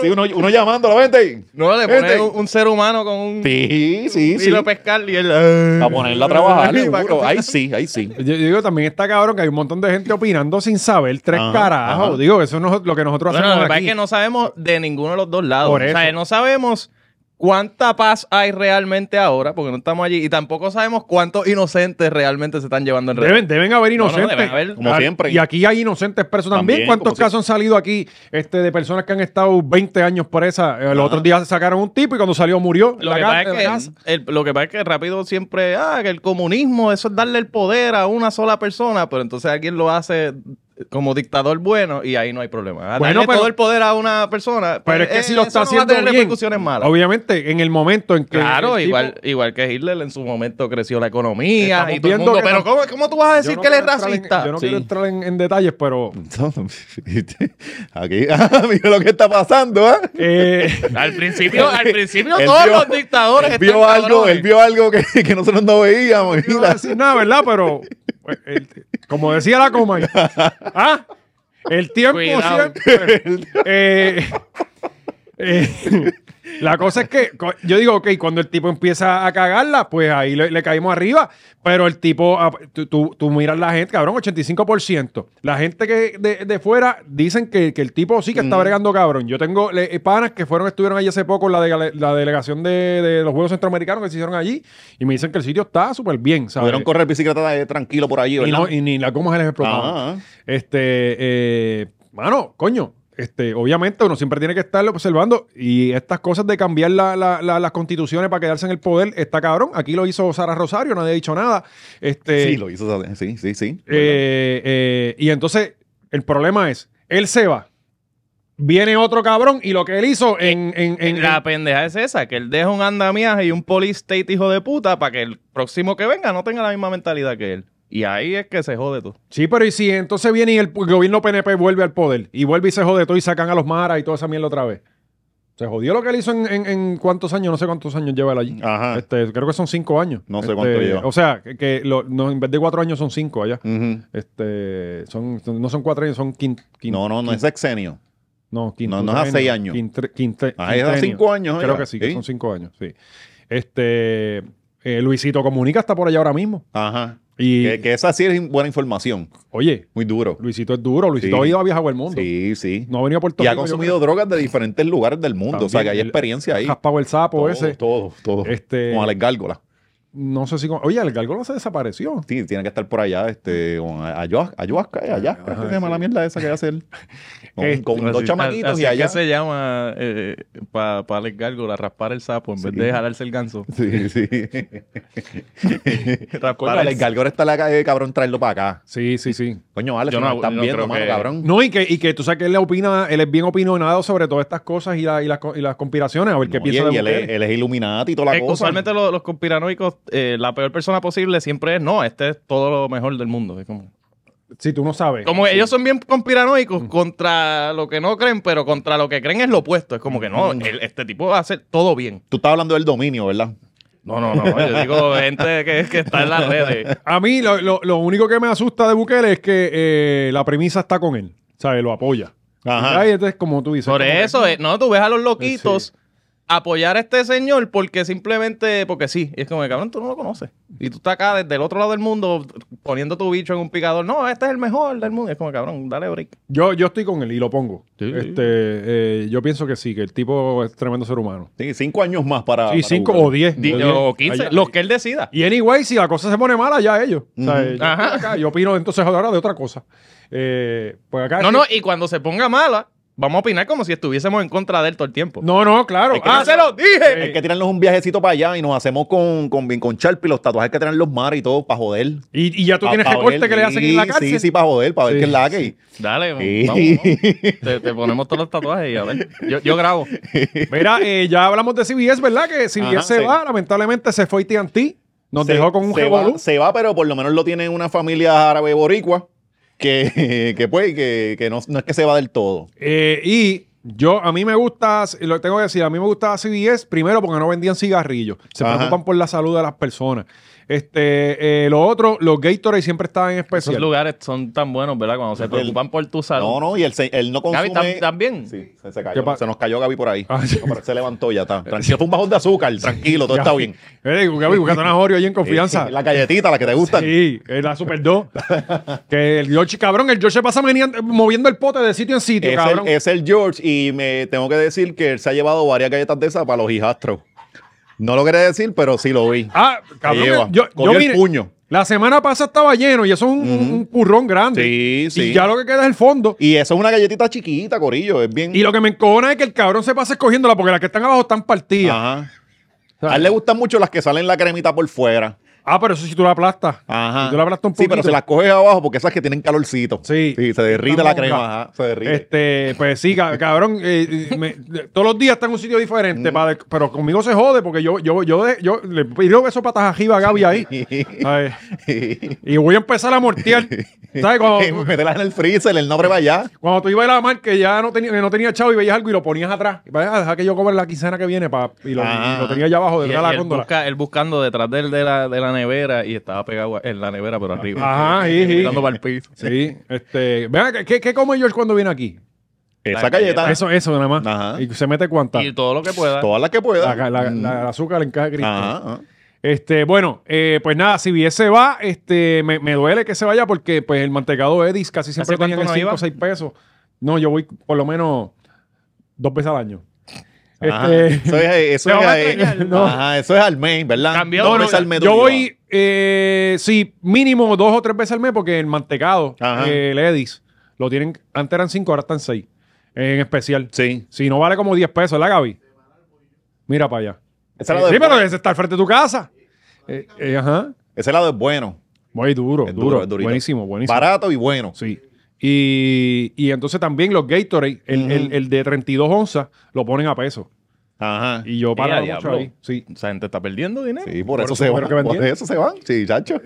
C: Sí, uno, uno llamando a la vente.
D: no, le pone
C: Gente.
D: un, un ser humano con un
C: Sí, sí,
D: un
C: sí.
D: hilo pescar y él. "Ah".
C: A ponerla a <laughs> trabajar,
D: Ahí va,
C: seguro.
D: cosita.
C: Ahí sí, ahí sí. <laughs>
B: yo, yo digo, también está cabrón que hay un montón de gente opinando sin saber tres
C: Ajá,
B: carajos.
C: ajá.
B: Digo, eso no es lo que nosotros
D: Bueno, lo que
B: hacemos
D: pasa
B: aquí.
D: es que no sabemos de ninguno de los dos lados.
B: Por
D: O sea,
B: eso.
D: no sabemos cuánta paz hay realmente ahora, porque no estamos allí, y tampoco sabemos cuántos inocentes realmente se están llevando en red.
B: Deben, deben haber
D: No, no,
B: inocentes.
D: deben haber.
C: Como
B: Ah,
C: siempre.
B: Y aquí hay inocentes presos también.
C: También,
B: ¿Cuántos
C: como si-
B: casos han salido aquí este, de personas que han estado 20 años presas? Eh, los otros días sacaron un tipo y cuando salió murió.
D: Lo
B: La
D: que,
B: ca-
D: pasa
B: la
D: es
B: casa.
D: que, el- lo que pasa es que rápido siempre, ah, que el comunismo, eso es darle el poder a una sola persona, pero entonces alguien lo hace como dictador bueno y ahí no hay problema. Ah,
B: Bueno,
D: darle
B: pero-
D: todo el poder a una persona,
B: Pero es que
D: eh,
B: si lo
D: eso
B: está
D: no va a
B: haciendo
D: tener
B: bien,
D: repercusiones malas.
B: Obviamente, en el momento en que.
D: Claro,
B: el tipo-
D: igual, igual que Hitler en su momento creció la economía
B: Estamos
D: y todo el
B: viendo
D: mundo,
B: que
D: Pero
B: no-
D: ¿cómo, cómo tú vas a
B: Yo
D: decir
B: no
D: que él es
B: quiero entrar en-
D: racista?
B: yo no
C: Sí.
B: quiero entrar en, en detalles, pero.
C: <laughs> Aquí, <laughs> ah, mira lo que está pasando, ¿ah?
D: <laughs>
B: eh,
D: Al
B: <laughs>
D: principio, al principio
C: Él
D: todos
C: vio-
D: los dictadores
C: Él vio
D: están
C: algo,
D: cabrones.
C: él vio algo que, <laughs> que nosotros no veíamos.
B: no voy a
C: mira.
B: decir nada, ¿verdad? Pero. pues, el- como decía la coma. ¿Ah? El tiempo
D: Cuidado.
B: siempre. Eh, eh, la cosa es que co- yo digo, ok, cuando el tipo empieza a cagarla, pues ahí le, le caímos arriba. Pero el tipo, ah, tú, tú- tú miras la gente, cabrón, 85%. La gente que de, de fuera dicen que, que el tipo sí que está bregando, cabrón. Yo tengo le- eh, panas que fueron, estuvieron allí hace poco, la, de, la delegación de, de los Juegos Centroamericanos que se hicieron allí, y me dicen que el sitio está súper bien, ¿sabes?
C: Pudieron correr bicicleta eh, tranquilo por allí,
B: y,
C: ¿verdad? ah,
B: no- y ni la cómo se les explotaba.
C: Ajá.
B: Este, eh, mano, coño, este, obviamente uno siempre tiene que estar observando y estas cosas de cambiar la- la- la- las constituciones para quedarse en el poder está cabrón. Aquí lo hizo Sara Rosario, nadie ha dicho nada. Este,
C: Sí, lo hizo. esa- Sí, sí, sí.
B: eh, eh, y entonces el problema es, él se va, viene otro cabrón y lo que él hizo en... en- en-
D: Eh, La
B: en-
D: pendeja es esa, que él deja un andamiaje y un polistate hijo de puta para que el próximo que venga no tenga la misma mentalidad que él. Y ahí es que se jode todo.
B: sí, pero y si entonces viene y el gobierno PNP vuelve al poder y vuelve y se jode todo y sacan a los maras y toda esa mierda otra vez. Se jodió lo que él hizo en, en- en cuántos años, no sé cuántos años lleva él allí.
C: Ajá.
B: Este, creo que son cinco años.
C: Ah. No sé
B: Este,
C: cuánto lleva.
B: O sea, que, que lo- no, en vez de cuatro años son cinco allá.
C: Ujú.
B: Este, son, son- no son cuatro años, son quin- quin-
C: No, no, no es sexenio.
B: no,
C: no, no es a
B: quinquenio,
C: seis años.
B: quintre- quinte-
C: Ah, es a
B: quintenio.
C: cinco años,
B: Creo
C: oiga.
B: que sí, que
C: Sí.
B: son cinco años, sí. Este, eh, Luisito Comunica está por allá ahora mismo.
C: Ajá.
B: Y,
C: Que, que esa sí es buena información.
B: oye,
C: Muy duro.
B: Luisito es duro. Luisito
C: Sí.
B: ha ido a viajar el mundo.
C: Sí, sí.
B: No ha venido a Puerto
C: Y ha
B: Rico, yo
C: consumido
B: creo.
C: drogas de diferentes lugares del mundo. o sea, que hay
B: También, el-
C: experiencia ahí.
B: Jaspao el sapo
C: todo,
B: ese.
C: todo, todo.
B: Este-
C: Con Alex Gárgola.
B: No sé si... con- Oye, el gárgola se desapareció.
C: Sí, tiene que estar por allá, este, con a- ayua- ayahuasca, eh, ayahuasca, ¿qué se llama la mierda esa que hace
B: <laughs>
C: él? Con,
B: Este,
C: con dos
D: Así-
C: chamaquitos
D: así
C: y
D: es que
C: allá.
D: se llama para pa Alex Gárgola, raspar el sapo en vez de jalarse
C: <laughs>
D: el ganso.
C: Sí, sí. Coño,
D: <laughs> Raspar el
C: Alex Gárgola está la ca- eh, cabrón traerlo para acá.
B: Sí, sí, sí.
C: Coño, Alex,
D: Yo
C: no,
D: no-
C: están
D: no
C: viendo,
D: creo
C: mano,
D: que-
C: cabrón.
B: No, y que, y que tú sabes que él le opina, él es bien opinado sobre todas estas cosas y, la- y las co- y las conspiraciones, a ver qué
C: No,
B: piensa
C: y,
B: de
C: y él, es-
B: mujeres.
C: él es Illuminati y toda la
D: Es que
C: cosa.
D: Eh, usualmente lo- los, conspiranoicos, eh, la peor persona posible siempre es, no, este es todo lo mejor del mundo. Es como,
B: Si tú no sabes.
D: como que ellos son bien conspiranoicos contra lo que no creen, pero contra lo que creen es lo opuesto. Es como que no, el- este tipo hace todo bien.
C: Tú estás hablando del dominio, ¿verdad?
D: No, no, no, yo digo gente que, que está en
B: <laughs>
D: las redes.
B: A mí lo, lo- lo único que me asusta de Bukele es que eh, la premisa está con él, ¿sabes? Lo apoya.
C: Ajá.
B: Ajá. entonces, como tú dices.
D: Por
B: como que-
D: eso, eh, no, tú ves a los loquitos apoyar a este señor porque simplemente, porque sí. Y es como, cabrón, tú no lo conoces. Y tú estás acá desde el otro lado del mundo poniendo tu bicho en un picador. No, este es el mejor del mundo. Y es como, cabrón, dale break.
B: Yo, yo estoy con él y lo pongo.
D: Sí.
B: Este, eh, yo pienso que sí, que el tipo es tremendo ser humano.
C: Sí, cinco años más para.
B: Sí,
C: Ah, para
B: cinco oh,
C: buscarlo.
B: o diez.
D: Di-
B: diez.
D: o 15,
B: Allá-
D: los que él decida.
B: Y anyway, si la cosa se pone mala, ya ellos. O sea,
C: Ujú.
B: yo,
D: Ajá.
B: acá, yo opino entonces ahora de otra cosa. Eh, pues acá
D: No, no, y cuando se ponga mala, vamos a opinar como si estuviésemos en contra de él todo el tiempo.
B: No, no, claro.
D: ¡Ah,
B: Ah,
D: se lo dije!
C: Hay que tirarnos un viajecito para allá y nos hacemos con, con, bien con Charpi los tatuajes que tienen los mares y todo para joder.
B: Ah, y, y ya tú
C: Pa-
B: tienes
C: pa
B: recorte
C: joder,
B: que le hacen en la
C: sí,
B: cárcel.
C: Sí, sí, para joder, para
B: Sí.
C: ver qué es la que.
D: Dale,
C: Sí.
D: vamos, vamos. Te, te ponemos todos los tatuajes y a ver. Yo, yo grabo.
B: Mira, eh, ya hablamos de CBS, ¿verdad? Que CBS
C: Ajá,
B: se
C: sí.
B: va, lamentablemente se fue AT&T, nos
C: Se-
B: dejó con un
C: se va,
B: revolú.
C: se va, pero por lo menos lo tiene una familia <laughs> árabe boricua que, que pues, que, que no, no es que se va del todo.
B: Eh, y Yo, a mí me gusta, lo tengo que decir, a mí me gustaba CBS primero porque no vendían cigarrillos. Se
C: Ajá.
B: preocupan por la salud de las personas. Este, eh, lo otro, los Gatorade siempre estaban en
D: Esos
B: especial.
D: lugares son tan buenos, ¿verdad? Cuando se
C: El-
D: preocupan por tu salud.
C: No, no, y él, se- él no
D: Gaby,
C: consume...
D: ¿tam- ¿también?
C: Sí, se, se
B: ¿Qué pa-
C: cayó. Se nos cayó Gaby por ahí.
B: <laughs> Ah, sí.
C: No, pero se levantó ya está. Tranquilo, fue un bajón de azúcar. Tranquilo, todo está
B: <laughs>
C: bien.
B: Eh, Gaby,
C: <laughs>
B: buscando una Oreo ahí en confianza.
C: Eh, La galletita, la que te gustan.
B: Sí, es la Super 2. que el George, cabrón, el George se pasa meni- moviendo el pote de sitio en sitio,
C: Es
B: cabrón.
C: el, es el George y me tengo que decir que él se ha llevado varias galletas de esas para los hijastros. No lo quería decir, pero sí lo vi.
B: ah,
C: Se lleva.
B: cabrón, yo, yo
C: Cogió el
B: mire,
C: puño.
B: la semana pasada estaba lleno y eso es un, un currón grande.
C: Sí, sí.
B: Y ya lo que queda es el fondo.
C: Y eso es una galletita chiquita, Corillo. Es bien.
B: Y lo que me encojona es que el cabrón se pasa escogiéndola porque las que están abajo están partidas.
C: Ajá. A él le gustan mucho las que salen la cremita por fuera.
B: Ah, pero eso si tú la aplastas.
C: Ajá.
B: Si tú la aplastas un
C: sí,
B: poquito.
C: pero se las coges abajo porque esas que tienen calorcito.
B: Sí.
C: se
B: Está
C: derrite la
B: monja.
C: crema. Ajá, se derrite.
B: Este, pues sí, ca- cabrón, eh, eh, me- de- todos los días está en un sitio
C: Mm.
B: diferente, pa- pero conmigo se jode porque yo, yo, yo, de- yo le pido besos patas arriba a Gaby ahí. Ay,
C: <laughs>
B: y voy a empezar a mortear. ¿Sabes? Cuando,
C: Mételas en el freezer, el nombre va allá.
B: cuando tú ibas a la mar que ya no tenía, que no tenía chavo y veías algo y lo ponías atrás. Y vas a dejar que yo cobre la quincena que viene pa, y, lo,
C: Ah.
B: y lo tenía allá abajo,
D: Y- y
B: detrás de la
D: él,
B: góndola.
D: busca- él buscando detrás de, él de, la, de la nevera y estaba pegado a- en la nevera, pero arriba.
B: Ajá, sí, sí.
D: Mirando para el piso.
B: Sí, este, vean, ¿qué- ¿qué, ¿qué come George cuando viene aquí?
C: Esa
D: La
C: galleta,
D: galleta.
B: Eso, eso nada más.
C: Ah. Ajá.
B: Y se mete cuánta.
D: Y todo lo que pueda.
C: todas las que
B: La,
C: puedas.
B: la- la- la azúcar en cada cristal.
C: Ajá, ajá.
B: Este, bueno, eh, pues nada, si bien se va, este, me, me duele que se vaya porque pues el mantecado Edis casi siempre
D: ¿Hace cuánto
B: tenían el
D: no
B: 5 o
D: iba?
B: 6 pesos. No, yo voy por lo menos dos veces al año.
C: Ajá.
B: Este, <laughs>
C: Eso es, eso
B: Te
C: es,
B: vamos a
C: eh,
B: extrañar, <laughs> ¿no?
C: ajá, eso es al main, ¿verdad?
D: Cambió.
C: Dos
D: No, no,
C: veces al mes
B: yo
C: tú
B: voy,
C: ibas.
B: eh, sí, mínimo dos o tres veces al mes porque el mantecado,
C: Ajá.
B: eh, el Edis, lo tienen, antes eran 5, ahora están 6 en especial.
C: Sí.
B: Si no vale como 10 pesos, ¿la Gaby? Mira para allá.
C: Ese lado,
B: sí,
C: es,
B: pero
C: bueno.
B: es estar frente a tu casa. Eh, eh, ajá.
C: Ese lado es bueno.
B: Muy duro,
C: Es
B: duro,
C: duro, es durito.
B: buenísimo, buenísimo.
C: Barato y bueno.
B: Sí. Y, y entonces también los Gatorade, el, el- el de 32 onzas, lo ponen a peso.
C: Ajá.
B: Y yo
D: Eh, a
B: paro mucho
D: diablo.
B: ahí. Sí.
D: Esa gente está perdiendo dinero.
C: Sí, por, eso,
B: eso
C: se
B: fueron
C: van.
B: que
C: Por
B: vendían.
C: eso se van, sí, chacho.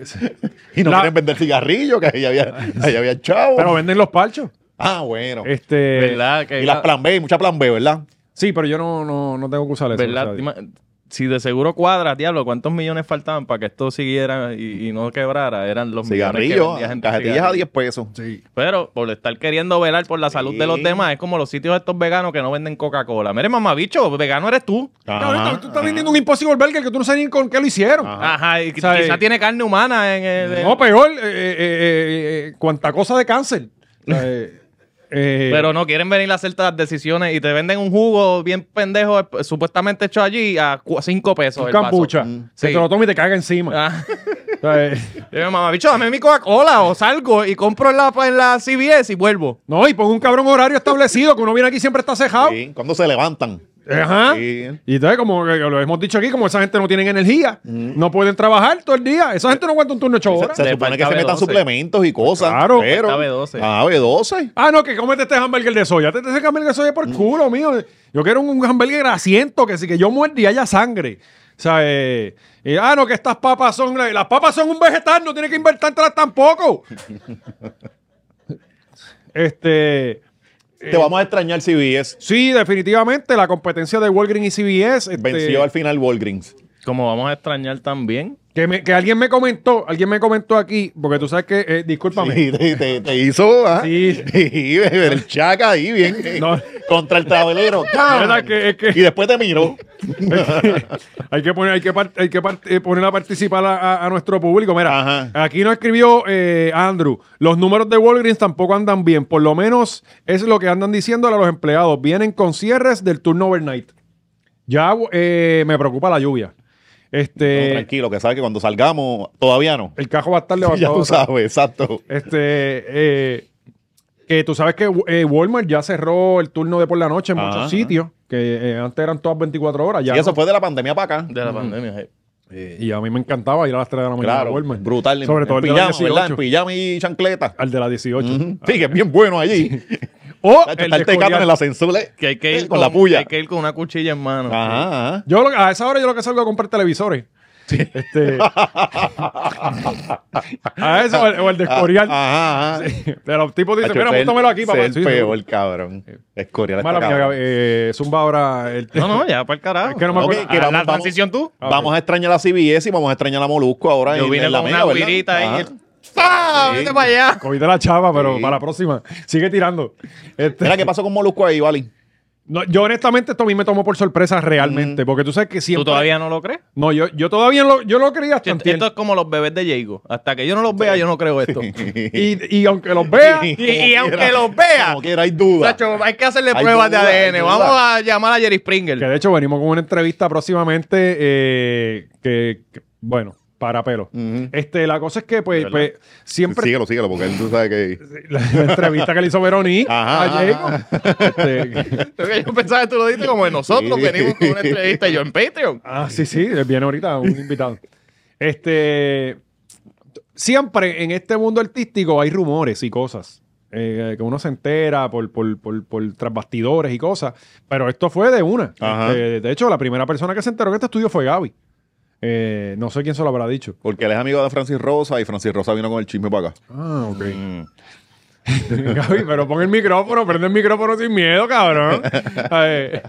C: Y no
B: La-
C: quieren vender cigarrillos, que ahí había, ahí había chavo.
B: Pero venden los parchos.
C: ah, bueno.
B: Este,
D: ¿Verdad? Que
C: y las plan B, mucha plan B, ¿verdad?
B: Sí, pero yo no, no, no tengo que usar eso.
D: ¿Verdad?
B: o sea,
D: Ima- Si de seguro cuadra, diablo, ¿cuántos millones faltaban para que esto siguiera y, y no quebrara? Eran los millones que
C: Cigarrillos,
D: vendía gente
C: cajetillas a
D: cigarrillos.
C: 10 pesos.
D: Pero por estar queriendo velar por la salud de los demás, es como los sitios estos veganos que no venden Coca-Cola. Mire, mamabicho, vegano eres tú.
B: Cabrón,
C: Ajá,
B: tú estás vendiendo un Impossible Burger que tú no sabes ni con qué lo hicieron.
C: Ajá.
D: Ajá, y
B: ¿Sabe?
D: quizá tiene carne humana en el. en-
B: eh, No, peor, eh, eh, eh, eh, cuánta cosa de cáncer. O sea, eh, eh,
D: Pero no quieren venir a hacer las decisiones y te venden un jugo bien pendejo, eh, supuestamente hecho allí, a 5 pesos.
B: un
D: el vaso.
B: cambucha. Que
D: Mm, sí.
B: te lo toma y te caga encima.
D: <laughs> Ah.
B: O sea, eh,
D: Y yo, mamá, bicho, dame mi Coca-Cola o salgo y compro en la, en la CBS y vuelvo.
B: no, y pon un cabrón horario establecido, que uno viene aquí y siempre está cejado.
C: Sí, cuando se levantan.
B: Ajá.
C: Sí.
B: Y entonces, como que lo hemos dicho aquí, como esa gente no tiene energía,
C: Mm.
B: no pueden trabajar todo el día. Esa gente no aguanta un turno de ocho
C: Se,
B: horas.
C: se
D: Le
C: supone que
D: falta
C: se metan
D: B12.
C: suplementos y cosas.
B: Claro.
C: pero.
D: Falta B12.
C: Ah, B12.
B: Ah, no, que cómete este hamburger de soya. Este, este hamburger de soya
C: Mm.
B: por culo, mío. Yo quiero un, un hamburger grasiento, que si que yo muerde y haya sangre. O sea, eh, eh, ah, no, que estas papas son... Las papas son un vegetal, no tiene que invertirlas tampoco. <laughs> este...
C: Te vamos a extrañar CBS.
B: Sí, definitivamente, la competencia de Walgreens y CBS... este,
C: Venció al final Walgreens.
D: Como vamos a extrañar también.
B: Que, me- que alguien me comentó, alguien me comentó aquí, porque tú sabes que, eh, discúlpame.
C: Sí, te, te- te hizo. ¿ah?
B: Sí.
C: Sí, el chaca ahí, bien.
B: No.
C: Contra el travelero. ¡Tam!
B: ¿Verdad que- es que-
C: Y después te miró.
B: hay que poner, hay que, par- hay que par- eh, poner a participar a, a- a nuestro público. Mira,
C: Ajá.
B: aquí nos escribió eh, Andrew. Los números de Walgreens tampoco andan bien. Por lo menos es lo que andan diciendo a los empleados. Vienen con cierres del turno overnight. Ya eh, me preocupa la lluvia.
C: No,
B: Este,
C: tranquilo, que sabes que cuando salgamos, todavía no.
B: el cajo va a estar
C: <laughs> Ya
B: levantado.
C: tú sabes, exacto.
B: Este, eh, que tú sabes que eh, Walmart ya cerró el turno de por la noche en muchos
C: Ajá.
B: sitios, que eh, antes eran todas 24 horas. Ya
C: Y Ah. eso
B: no.
C: fue de la pandemia para acá.
D: De la pandemia. sí.
B: Eh, y a mí me encantaba ir a las 3 de la mañana
C: Claro,
B: a Walmart.
C: brutal. en-
B: Sobre todo
C: en
B: el Ah, de la
C: pijama, ¿verdad?
B: 18.
C: En pijama y chancleta.
B: Al de las 18.
C: Ujú. Sí, que es bien bueno allí.
B: O
C: <laughs> Chacho,
B: ah, el
C: Está el
B: de
C: tecato en el
B: Escorial.
C: ascensor. eh,
D: Que hay que ir
C: Con la puya.
D: Hay que ir con una cuchilla en mano.
C: Ajá, ajá.
B: Yo lo- a esa hora yo lo que salgo a comprar televisores. Este, <laughs> a eso o el, o el de escorial.
C: Ah, Ajá, ajá.
B: Pero el tipo dice,
C: Hacho,
B: mira,
C: ser-
B: montómelo aquí, papá.
C: ser
B: Sí, sí.
C: peor, cabrón. Escorial está
B: Mala mía,
C: cabrón.
B: eh, zumba ahora. El,
D: No, no, ya para el carajo.
B: Es que no me
D: Ah,
C: Ok,
B: acuerdo.
C: que
D: la
C: vamos- vamos-
D: transición tú.
B: Ah,
C: Vamos a extrañar a CBS y vamos a extrañar a Molusco ahora.
D: Yo
C: en-
D: vine
C: en la
D: con
C: mesa,
D: una
C: ¿verdad?
D: guirita ahí.
C: Ajá.
D: ¡Ah!
C: Sí.
D: Vete para allá.
B: Cogiste la chava, pero
C: Sí.
B: para la próxima. Sigue tirando. Este,
C: Mira, ¿qué pasó con Molusco ahí, Vali?
B: no, yo honestamente esto a mí me tomó por sorpresa realmente, porque tú sabes que
D: ¿Tú
B: siempre...
D: todavía no lo crees?
B: No, yo, yo todavía lo, yo lo creía hasta antier.
D: Esto es como los bebés de Jago. Hasta que yo no los vea, yo no creo esto.
B: y, y aunque los vea...
D: Y, y aunque los vea,
C: Como quiera, hay duda.
D: Sacho, hay que hacerle
C: Hay
D: pruebas
C: duda,
D: de ADN.
C: hay duda.
D: Vamos a llamar a Jerry Springer.
B: Que de hecho venimos con una entrevista próximamente eh, que, que- bueno, para pelo.
C: Ujú.
B: Este, la cosa es que pues, pues, siempre
C: Síguelo, síguelo, porque él tú sabes que.
B: la, la entrevista que le hizo Verónica
C: Ajá,
B: a Jacob,
C: ajá.
B: este,
D: Lo que yo pensaba que tú lo dijiste como de nosotros
C: Sí.
D: venimos con una entrevista y yo en Patreon.
B: ah, sí, sí, viene ahorita
C: <laughs>
B: un invitado. Este, siempre en este mundo artístico hay rumores y cosas. eh, que uno se entera por, por, por, por tras bastidores y cosas. Pero esto fue de una.
C: Ajá.
B: Este, de hecho, la primera persona que se enteró que este estudio fue Gaby. Eh, no sé quién se lo habrá dicho.
C: Porque él es amigo de Francis Rosa y Francis Rosa vino con el chisme para acá. Mm.
B: Ah, ok. <laughs> Gaby, pero pon el micrófono, prende el micrófono sin miedo,
C: <laughs>
B: cabrón. Eh,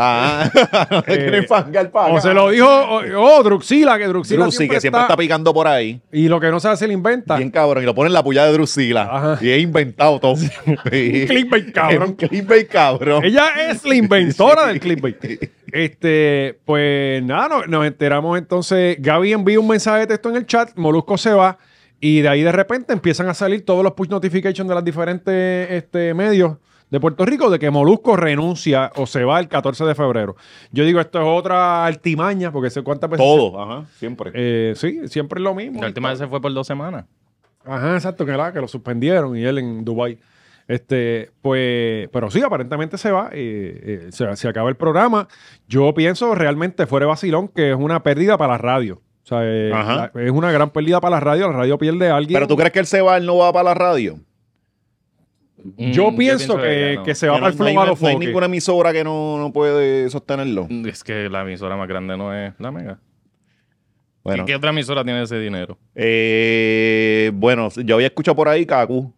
C: Ah, <laughs> no te
B: Eh,
C: quieren fangar para
B: o
C: acá.
B: se lo dijo, oh, Druxila, que Druxila
C: Drusy, que siempre está... picando por ahí.
B: Y lo que no se hace, le inventa.
C: Bien cabrón. Y lo ponen en la puya de Drusila.
B: Ajá.
C: Y es inventado todo. <laughs> Sí.
B: clickbait, cabrón.
C: Es un clickbait, <laughs> cabrón.
B: Ella es la inventora del clickbait. Este, pues nada, no- nos enteramos entonces. Gaby envía un mensaje de texto en el chat, Molusco se va, y de ahí de repente empiezan a salir todos los push notifications de las diferentes este, medios de Puerto Rico de que Molusco renuncia o se va el 14 de febrero. Yo digo, esto es otra altimaña, porque sé cuántas veces.
C: Todo, ajá, siempre.
B: pues, Eh, sí, siempre es lo mismo.
D: La última vez se fue por dos semanas.
B: Ajá, exacto, que, la- que lo suspendieron y él en Dubai. Este, pues, pero sí, aparentemente se va, eh, eh, se, se acaba el programa. Yo pienso realmente fuera de vacilón que es una pérdida para la radio. O sea, eh,
C: Ajá.
B: la- es una gran pérdida para la radio. La radio pierde a alguien.
C: Pero tú crees que él se va, él no va para la radio.
D: Mm,
B: yo, pienso que,
D: no.
B: que se va
C: Que no-
B: para el
C: no,
B: flow
C: hay,
B: a los
C: no hay
B: foques.
C: ninguna emisora que no, no puede sostenerlo.
D: Es que la emisora más grande no es la mega.
C: Bueno,
D: ¿Y qué otra emisora tiene ese dinero?
C: eh, bueno, yo había escuchado por ahí Kaku.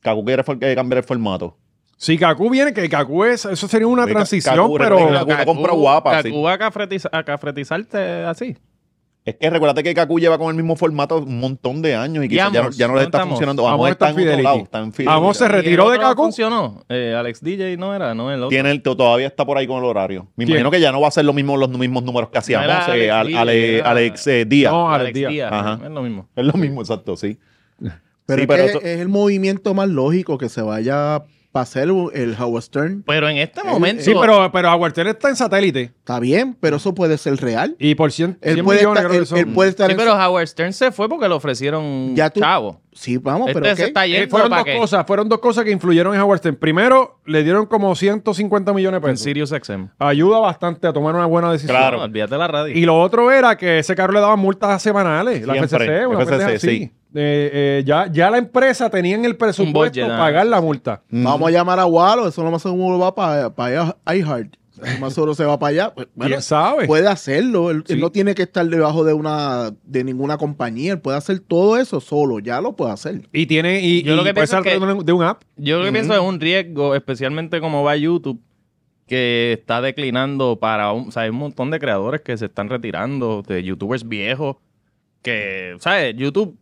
C: Kaku quiere for- eh, cambiar el formato.
B: Si Kaku viene, que Kaku es, eso sería una
C: Oye, Ka-
B: transición,
C: Kaku,
B: pero.
C: recuerda- Kaku no compra guapa, sí.
D: Kaku va a, cafretiz- a cafretizarte así.
C: Es que recuérdate que Kaku lleva con el mismo formato un montón de años y
D: Y
C: quizás ya, no-
D: Amos,
C: ya no les
D: ¿dónde
C: está
D: estamos?
C: funcionando. Vamos, a
B: está
C: estar en otro
B: Fidelity.
C: lado, está en Fidelity.
B: Amos se
D: ¿Y el
B: retiró de
D: otro no
B: Kaku.
D: funcionó. Eh, Alex DJ no era, no el otro.
C: Tiene el, todavía está por ahí con el horario. Me
B: ¿Quién?
C: imagino que ya no va a ser lo mismo, los mismos números que hacíamos.
D: era
C: eh,
D: Alex
C: al-
D: Díaz,
C: Ale-
D: era-
C: Alex eh, Díaz.
B: No, Alex
D: Alex
B: Díaz.
D: Díaz.
C: Ajá.
D: Es lo mismo.
C: Es lo mismo, exacto, sí.
E: Pero,
C: Sí, pero
E: es, que
C: eso-
E: es el movimiento más lógico que se vaya para hacer el Howard Stern.
D: Pero en este
E: Eh,
D: momento.
B: Sí, pero, pero Aguartel está en satélite.
E: Está bien, pero eso puede ser real.
B: Y por cien- 100,
E: Él puede,
B: millones creo
E: estar,
B: que
E: él-
B: son.
E: él puede estar
D: Sí,
E: en-
D: pero Howard Stern se fue porque le ofrecieron
E: Ya tú-
D: chavo.
E: Sí, vamos,
D: este
E: pero
D: se
E: ok.
D: está
B: Eh,
D: yendo
B: fueron
D: para
B: dos
D: que
B: cosas, fueron dos cosas que influyeron en Howard Stern. Primero, le dieron como 150 millones de
D: en
B: pesos.
D: Sirius XM.
B: Ayuda bastante a tomar una buena decisión.
C: Claro.
D: No, olvídate la radio.
B: Y lo otro era que ese carro le daban multas semanales, la
C: Siempre,
B: FCC, una
C: FCC,
B: pendeja así.
C: sí.
B: Eh, eh, ya, ya la empresa tenía en el presupuesto
D: budget, ah,
B: pagar
D: sí,
B: la
D: sí.
B: multa.
D: Mm.
E: Vamos a llamar a Walo, eso lo más seguro va para, para iHeart. Lo más seguro se va para allá. Pues, Bueno,
B: ¿Quién sabe?
E: puede hacerlo. Él, él
B: Sí.
E: no tiene que estar debajo de una de ninguna compañía. Él puede hacer todo eso solo. Ya lo puede hacer.
B: y tiene y,
D: Yo
B: y
D: lo que
B: puede
D: pienso
B: ser
D: es que-
B: de un- de un app.
D: Yo lo que pienso es un riesgo, especialmente como va YouTube, que está declinando para un, o sea, hay un montón de creadores que se están retirando, de youtubers viejos, que, ¿sabes? YouTube,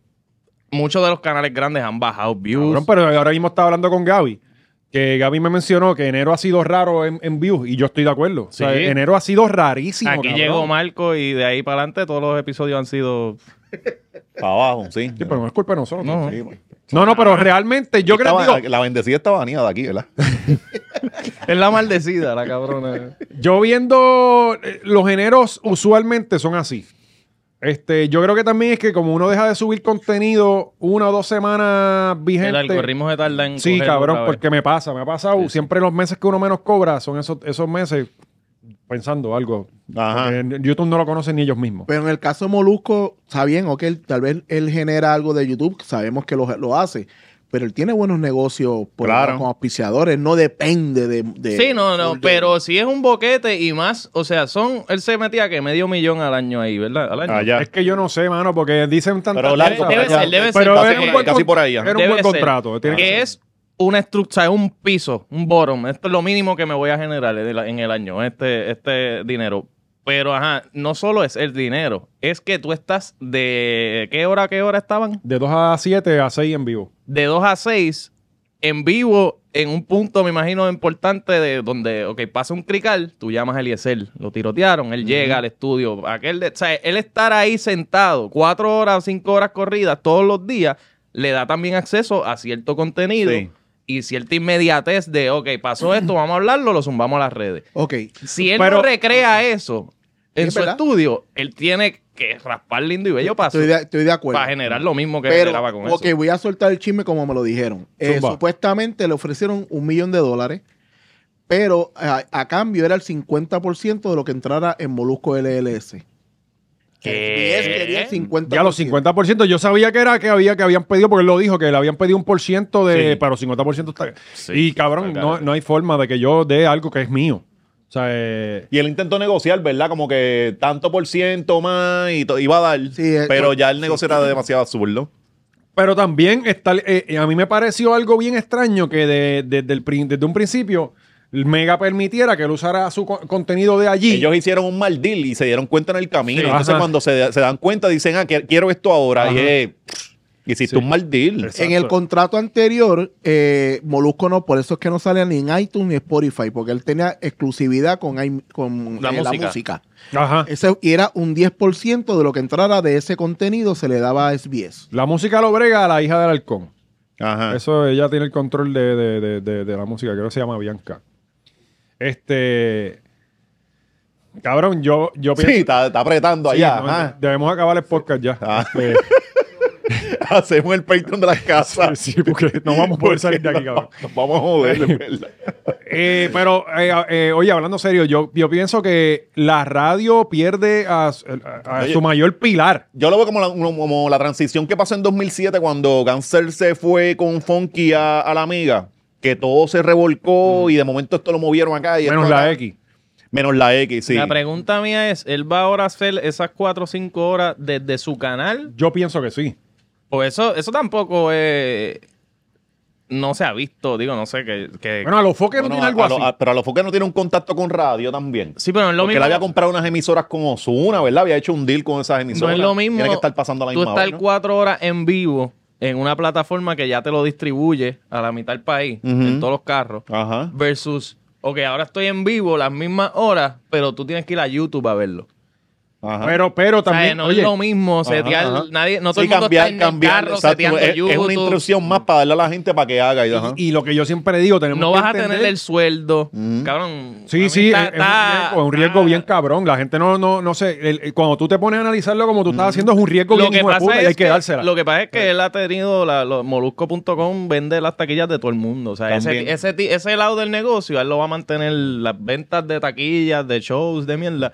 D: muchos de los canales grandes han bajado views.
B: Cabrón, pero ahora mismo estaba hablando con Gaby. Que Gaby me mencionó que enero ha sido raro en, en views y yo estoy de acuerdo. O sea,
D: Sí.
B: enero ha sido rarísimo.
D: Aquí
B: cabrón.
D: llegó Marco y de ahí para adelante todos los episodios han sido...
C: Para abajo, sí.
B: Sí, pero no es culpa de nosotros. No,
D: No.
C: Sí, bueno.
B: no, pero realmente yo creo que
C: Estaba-
B: digo,
C: La bendecida está baneada aquí, ¿verdad?
D: Es la maldecida, la
B: <laughs>
D: cabrona.
B: Yo viendo eh, los generos usualmente son así. Este, yo creo que también es que como uno deja de subir contenido una o dos semanas vigente.
D: El algoritmo se tarda en...
B: Sí,
D: cogerlo
B: cabrón,
D: otra vez.
B: porque me pasa, me ha pasado. Siempre los meses que uno menos cobra son esos, esos meses pensando algo.
C: Ajá. Pues,
B: Porque en YouTube no lo conocen ni ellos mismos.
E: Pero en el caso de Molusco, está bien, ok, él- tal vez él genera algo de YouTube, que sabemos que lo, lo hace. pero él tiene buenos negocios por
C: Claro.
E: con auspiciadores, no depende de... de-
D: Sí, no, no,
E: de-
D: pero si es un boquete y más, o sea, son, él se metía que medio millón al año ahí, ¿verdad? Al año.
C: Allá.
B: Es que yo no sé, mano, porque dicen tantas
C: Pero largo,
B: cosas.
D: debe ser, debe ser,
B: Pero
D: casi
B: era
D: por
B: un
D: ahí,
B: buen,
C: casi
B: con-
C: por ahí, ajá.
B: era un
D: Debe
B: buen
D: ser.
B: contrato. tiene
D: que
B: ser.
D: es una estructura, un piso, un bottom. Esto es lo mínimo que me voy a generar en el- en el año, este, este dinero. Pero, ajá, no solo es el dinero, es que tú estás de... ¿Qué hora, a qué hora estaban?
B: De 2 a 7 a 6 en vivo.
D: de 2 a 6 en vivo en un punto, me imagino, importante de donde, ok, pasa un crical, tú llamas a Eliezer, lo tirotearon, él llega al estudio, aquel de, o sea, él estar ahí sentado cuatro horas, cinco horas corridas todos los días, le da también acceso a cierto contenido
C: Sí.
D: y cierta inmediatez de, ok,
E: <clears throat>
D: pasó esto, vamos a hablarlo, lo zumbamos a las redes.
E: Ok,
D: Si él
B: Pero-
D: no recrea eso en
E: Es
D: su
E: verdad.
D: estudio, él tiene que raspar lindo y bello paso
E: estoy de, estoy de acuerdo.
D: para generar lo mismo que
E: pero,
D: generaba con
E: ok,
D: eso.
E: voy a soltar el chisme como me lo dijeron. Eh,
B: Zumba.
E: supuestamente le ofrecieron un millón de dólares, pero a, a cambio era el 50% de lo que entrara en Molusco LLS.
D: Eh. ¿Qué?
E: SBS quería el 50%.
B: Ya los 50%, yo sabía que era que había que habían pedido, porque él lo dijo, que le habían pedido un por ciento de,
C: Sí.
B: pero 50% está.
D: Sí.
B: y cabrón, no, no hay forma de que yo dé algo que es mío. O sea, eh,
C: Y él intentó negociar, ¿verdad? Como que tanto por ciento más y to- iba a dar.
E: Sí, eh,
C: pero
E: pues,
C: ya el negocio era demasiado absurdo.
B: pero también está, eh, eh, a mí me pareció algo bien extraño que de- desde el prin- desde un principio el Mega permitiera que él usara su co- contenido de allí.
C: Ellos hicieron un mal deal y se dieron cuenta en el camino.
B: Sí,
C: Entonces,
B: ajá.
C: cuando se, se dan cuenta, dicen, ah, que- quiero esto ahora. Y
B: Ajá.
C: eh, hiciste
B: Sí.
C: un mal deal.
B: Exacto.
E: En el contrato anterior, eh, Molusco no, por eso es que no sale ni en iTunes ni Spotify, porque él tenía exclusividad con, i- con
D: La
E: eh,
D: música.
C: Ah.
B: Ajá.
E: Ese- y era un 10% de lo que entrara de ese contenido se le daba a SBS.
B: La música lo brega a la hija del halcón.
C: Ajá.
B: Eso ella tiene el control de, de- de- de- de la música, creo que se llama Bianca. Este. Cabrón, yo, yo
C: Sí,
B: pienso.
C: está, está apretando
B: Sí,
C: allá.
B: no,
C: ajá.
B: debemos acabar el podcast ya.
C: Ah.
B: Este,
C: <laughs> Hacemos el Patreon de las casas.
B: sí, porque no vamos a poder salir
C: <laughs>
B: de aquí, cabrón.
C: Nos vamos a joder, de verdad.
B: Eh, pero, eh, eh, oye, hablando serio, yo, yo pienso que la radio pierde a, su- a- a
C: Oye.
B: su mayor pilar.
C: Yo lo veo como la, como la transición que pasó en 2007 cuando Ganser se fue con Funky a, a la amiga. Que todo se revolcó
D: Mm.
C: y de momento esto lo movieron acá. Y
B: Menos
C: esto
B: la
C: acá.
B: X.
C: Menos la X, sí.
D: La pregunta mía es, ¿él va ahora a hacer esas 4 o 5 horas desde su canal?
B: Yo pienso que sí.
D: Pues eso, eso tampoco es... No se ha visto, digo, no sé, que... que-
B: Bueno, a los foques no,
C: Bueno,
B: tiene
C: a-
B: algo
C: a
B: así.
C: lo- a- pero a lo foque no tiene un contacto con radio también.
D: sí, pero no es lo
C: Porque él
D: mismo.
C: había comprado unas emisoras con Osuna, ¿verdad? Había hecho un deal con esas
D: no
C: emisoras.
D: es lo mismo.
C: Tiene que estar pasando a la
D: tú
C: misma
D: estar
C: vez, ¿no?
D: 4 horas en vivo en una plataforma que ya te lo distribuye a la mitad del país, en todos los carros,
C: Ajá.
D: versus, ok, ahora estoy en vivo las mismas horas, pero tú tienes que ir a YouTube a verlo.
C: Ajá.
B: Pero, pero
D: O sea,
B: también.
D: no
B: oye,
D: es lo mismo, setear-
C: ajá.
D: nadie, no todo
C: Sí,
D: el mundo
C: cambiar,
D: está en el
C: cambiar,
D: carro
C: exacto.
D: seteando
C: Es, es
D: YouTube.
C: una instrucción más para darle a la gente para que haga. Y, ajá.
B: y, y lo que yo siempre digo, tenemos
D: no
B: que
D: vas a tener
B: entender-
D: el sueldo.
C: Mm.
D: Cabrón. a
B: Sí,
D: mí
B: sí,
D: está-
B: es, es
D: está-
B: un
D: ah,
B: riesgo, es un riesgo
D: está-
B: bien cabrón. La gente no, no, no sé. el- el- cuando tú te pones a analizarlo como tú estás haciendo, es un riesgo
D: Lo
B: bien
D: que,
B: hijo de puta
D: pasa
B: y hay
D: es
B: que
D: que,
B: dársela.
D: lo que pasa es que él ha tenido la, lo- molusco.com vende las taquillas de todo el mundo. O sea, ese,
C: También.
D: ese, ti- ese lado del negocio, él lo va a mantener las ventas de taquillas, de shows, de mierda.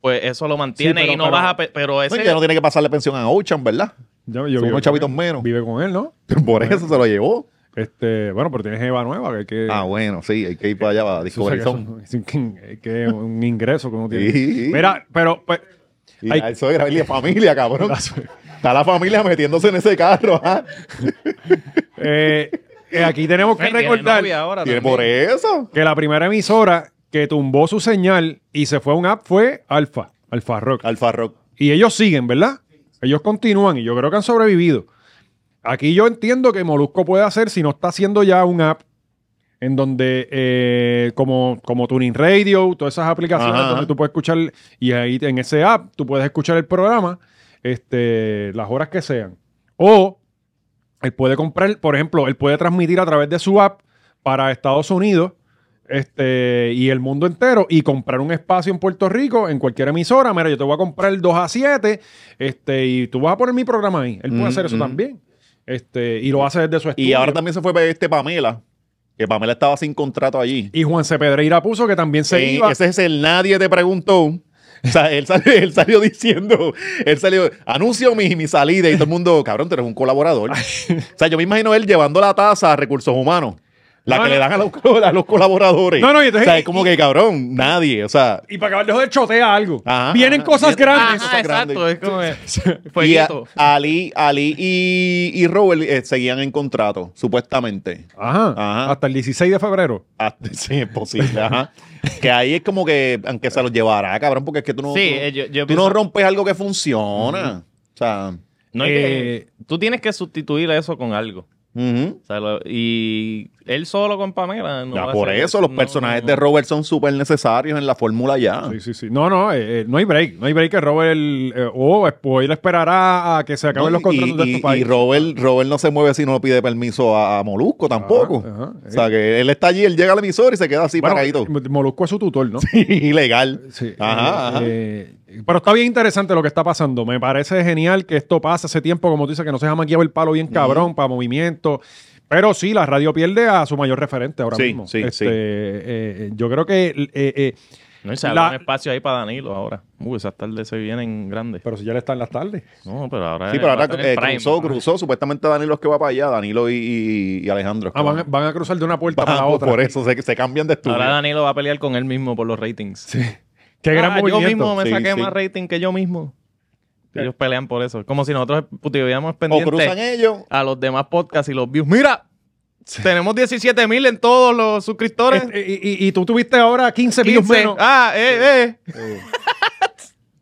D: Pues eso lo mantiene
B: pero-
D: y no
B: pero-
D: vas a. pe- Pero ese.
C: No, Pues ya no tiene que pasarle pensión a Ocean, ¿verdad? <laughs>
B: Ya- yo
C: Son
B: vivo
C: unos
B: con
C: chavitos
B: él.
C: menos.
B: Vive con él, ¿no?
C: Por eso se lo llevó.
B: Este, bueno, pero tienes Eva nueva, que hay que.
C: Ah, bueno, sí, hay que ir para allá, para
B: Eh, eso
C: Discovery
B: es-
C: Zone.
B: eso es un- es que es un ingreso que uno tiene.
C: Sí.
B: Mira, pero. pues,
C: Y
B: hay-
C: la suegra y la familia, cabrón.
B: Ah,
C: Está la familia metiéndose en ese carro, ah. ajá.
B: eh, eh, aquí tenemos que
D: Ay, tiene
B: recordar
D: novia ahora
C: Tiene
D: también.
C: por eso.
B: que la primera emisora que tumbó su señal y se fue a un app fue Alfa, Alfa Rock.
C: Alfa Rock.
B: Y ellos siguen, ¿verdad? Ellos continúan y yo creo que han sobrevivido. Aquí yo entiendo que Molusco puede hacer, si no está haciendo ya un app en donde, eh, como, como Tuning Radio, todas esas aplicaciones
C: Ajá.
B: donde tú puedes escuchar, y ahí en ese app tú puedes escuchar el programa este, las horas que sean. O él puede comprar, por ejemplo, él puede transmitir a través de su app para Estados Unidos este, y el mundo entero y comprar un espacio en Puerto Rico, en cualquier emisora. Mira, yo te voy a comprar el 2 a 7 este, y tú vas a poner mi programa ahí. Él puede
C: Ujú,
B: hacer eso
C: ujú.
B: también. Este, y lo hace desde su estudio.
C: Mm, Y ahora también se fue para este Pamela, que Pamela estaba sin contrato allí.
B: Y Juan C. Pedreira puso que también se
C: Eh,
B: iba.
C: Ese es el nadie te preguntó. O sea, él salió, <laughs> él salió diciendo, él salió, anuncio mi, mi salida y todo el mundo, cabrón, tú eres un colaborador. O sea, yo me imagino él llevando la taza a recursos humanos. La
B: No,
C: que
B: no.
C: le dan a los, <laughs> a los colaboradores.
B: No, no, y entonces-
C: o sea, es como que cabrón, nadie. O sea,
B: Y para acabar de joder, chotea algo.
C: Ajá,
B: Vienen
C: ajá,
B: cosas
C: viene-
B: grandes.
D: Ajá, exacto. Es como.
C: <laughs> y a-
D: <laughs> Fueguito.
C: Ali, Ali y, y Robert eh, seguían en contrato, supuestamente.
B: Ajá.
C: Ajá.
B: Hasta el 16 de febrero.
C: Ah, <laughs> sí, es posible, ajá. Que ahí es como que, aunque se los llevará, cabrón, porque es que tú no,
D: Sí,
C: tú no-
D: eh, yo- yo
C: tú
D: pienso-
C: no rompes algo que funciona. O sea,
D: No, y que-
B: Eh,
D: tú tienes que sustituir eso con algo.
C: ujú.
D: O sea, lo- y él solo con Pamela. No
C: Ya,
D: va a
C: por
D: ser-
C: eso los
D: no,
C: personajes
D: no.
C: de Robert son súper necesarios en la fórmula ya.
B: Sí, sí, sí. No, no, eh, eh, no hay break. No hay break que Robert eh, o o él esperará a que se acaben
C: No,
B: los contratos de
C: y, y-
B: tu país.
C: y Robert, Robert no se mueve si no pide permiso a, a Molusco tampoco.
B: Ajá, ajá,
C: O sea, que él está allí, él llega al emisor y se queda así
B: Bueno, <laughs>
C: paradito.
B: eh, Molusco es su tutor, ¿no?
C: Ilegal.
B: Sí,
C: Ajá, ajá.
B: eh, eh, pero está bien interesante lo que está pasando. Me parece genial que esto pase hace tiempo, como tú dices, que no se ha maquillado el palo bien cabrón para movimiento. Pero sí, la radio pierde a su mayor referente ahora
C: Sí,
B: mismo. Este,
C: sí, sí.
B: eh, eh, yo creo que. eh, eh,
D: No, y se abre
B: La-
D: un espacio ahí para Danilo ahora. Uy, esas tardes se vienen grandes.
B: pero si ya le están las tardes.
D: No, pero ahora.
C: Sí, pero
D: Ah, va a
C: ahora
D: tener
C: eh,
D: prime,
C: cruzó,
D: ajá.
C: cruzó. Supuestamente Danilo es que va para allá, Danilo y, y- y Alejandro. es que
B: Ah, van,
C: van-
B: a- van a cruzar de una puerta para
C: <laughs> Ah,
B: la
C: pues
B: otra.
C: Por eso se, se cambian de estudio.
D: Ahora Danilo va a pelear con él mismo por los ratings.
B: Qué gran
D: Ah, yo
B: movimiento.
D: mismo me
C: Sí,
D: saqué
C: sí.
D: más rating que yo mismo. Ellos pelean por eso. Como si nosotros estuviéramos
C: o cruzan
D: pendientes
C: ellos.
D: a los demás podcasts y los views. ¡Mira! Tenemos 17 mil en todos los suscriptores.
B: Este, y, y- y tú tuviste ahora 15 videos
D: 15.
B: menos.
D: Ah, eh, eh.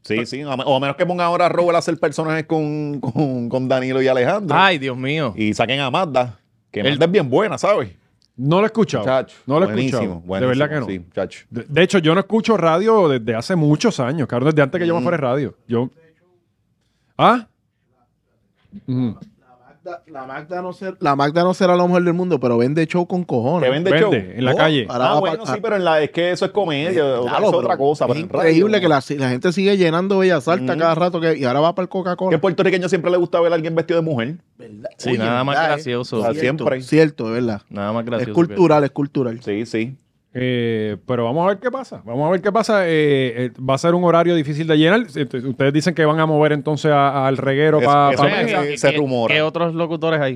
C: Sí, sí. a me- O a menos que pongan ahora a Robert a hacer personajes con, con, con Danilo y Alejandro.
D: Ay, Dios mío.
C: Y saquen a Magda. Que
D: El-
C: Magda es bien buena, ¿sabes?
B: No lo he escuchado.
C: Chacho,
B: no lo he
C: buenísimo,
B: escuchado.
C: buenísimo,
B: de verdad que no.
C: Sí, chacho.
B: De, de hecho, yo no escucho radio desde hace muchos años, claro, desde antes que yo me fuera de radio. Yo. ¿Ah? Mm.
E: Magda- La Magda, no ser- la Magda no será la mujer del mundo, pero vende show con cojones.
C: Que vende,
B: Vende,
C: show.
B: en la calle.
E: Ahora va
C: ah,
E: pa-
C: bueno, sí,
E: ah.
C: pero en la, es que eso es comedia. otra-
E: Claro,
C: es
E: pero
C: otra cosa.
E: Es
C: pero en radio,
E: increíble
C: ¿no?
E: que la, si- la gente sigue llenando Bellas Artes cada rato que, y ahora va para el
C: Que
E: Coca-Cola.
C: el puertorriqueño siempre le gusta ver a alguien vestido de mujer.
D: Sí,
E: Oye,
D: nada más
E: ¿verdad, eh?
D: gracioso.
C: Así
E: Cierto,
C: siempre.
E: Cierto, de verdad.
D: Nada más
E: Es
D: gracioso.
E: cultural, es cultural.
C: Sí, sí.
B: Eh, pero vamos a ver qué pasa. Vamos a ver qué pasa. Eh, eh, va a ser un horario difícil de llenar. Entonces, ustedes dicen que van a mover entonces a- al reguero
C: Es-
B: para.
C: eso
D: que-
C: es- se-
D: Oye,
C: se
D: ¿qué-
C: rumora.
D: ¿Qué otros locutores hay?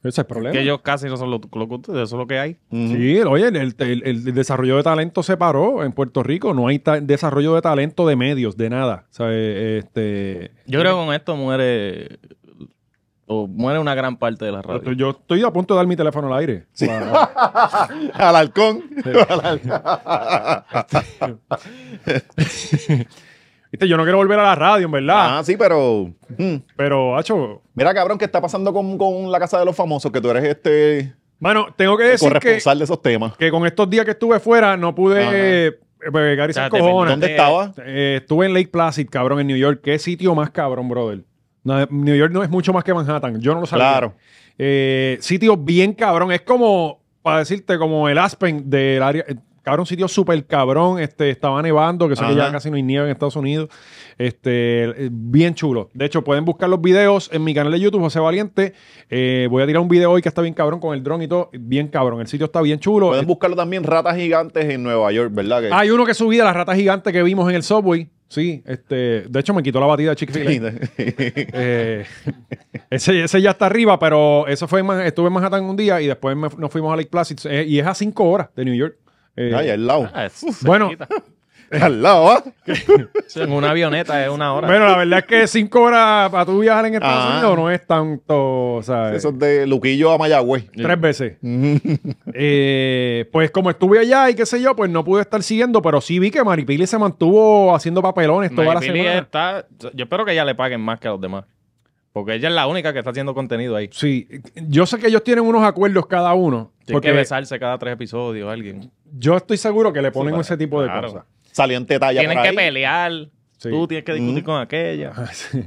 B: Ese es el problema.
D: Que ellos casi no son los locutores, eso es lo que hay.
C: Ujú.
B: Sí, oye, el, el- el- el desarrollo de talento se paró en Puerto Rico. No hay ta- desarrollo de talento de medios, de nada. O sea, eh, este,
D: Yo creo que con esto muere. O muere una gran parte de
B: yo
D: la radio.
B: estoy- yo estoy a punto de dar mi teléfono al aire. Para-
C: <laughs> Al halcón.
B: Viste, yo no quiero volver a la radio, en verdad.
C: Ah, sí, pero. mm.
B: Pero, hacho.
C: Mira, cabrón, ¿qué está pasando con, con la casa de los famosos? Que tú eres este
B: Bueno, tengo que decir que,
C: corresponsal de esos temas.
B: que con estos días que estuve fuera no
C: Ajá.
B: pude eh, pegar esas
D: O sea, te
B: cojones.
C: ¿Dónde
D: eh,
C: estaba?
B: Eh, estuve en Lake Placid, cabrón, en New York. ¿Qué sitio más cabrón, brother? No, New York no es mucho más que Manhattan. Yo no lo sabía.
C: Claro.
B: Eh, sitio bien cabrón. Es como, para decirte, como el Aspen del área. eh, Cabrón, sitio súper cabrón. Este, estaba nevando, que sé que
C: Ajá.
B: ya casi no hay nieve en Estados Unidos. Este, eh, bien chulo. De hecho, pueden buscar los videos en mi canal de YouTube, José Valiente. Eh, voy a tirar un video hoy que está bien cabrón con el dron y todo. Bien cabrón. El sitio está bien chulo.
C: Pueden buscarlo también, Ratas Gigantes en Nueva York, ¿verdad? <laughs> Que-
B: Hay uno que subí de la rata gigante que vimos en el subway. Sí, este, de hecho me quitó la batida de Chick-fil-A. Eh, <laughs> ese, ese ya está arriba, pero eso fue en Man- estuve en Manhattan un día y después me- nos fuimos a Lake Placid eh, y es a cinco horas de New York. Eh,
C: <laughs> Ay,
B: <laughs>
C: al lado.
D: Ah, es
B: bueno,
D: cerquita.
C: Al lado, ¿ah?
D: en una avioneta es una hora.
B: bueno, la verdad es que cinco horas para tú viajar en Estados
C: Ah.
B: Unidos no es tanto, o sea,
C: Eso es de Luquillo a Mayagüez.
B: Tres veces.
C: <laughs>
B: Eh, pues como estuve allá y qué sé yo, pues no pude estar siguiendo, pero sí vi que Maripili se mantuvo haciendo papelones toda la
D: Maripili
B: semana.
D: está- yo espero que ella le paguen más que a los demás. Porque ella es la única que está haciendo contenido ahí.
B: Sí, yo sé que ellos tienen unos acuerdos cada uno.
D: Tiene que
B: Porque
D: besarse cada tres episodios a alguien.
B: yo estoy seguro que le ponen
D: Sí,
B: ese tipo de
D: claro.
B: cosas.
C: Salían tetalla por
D: Tienen que
C: ahí.
D: pelear.
B: Sí.
D: Tú tienes que discutir
C: Mm.
D: con aquella.
B: <laughs> Ah, Sí.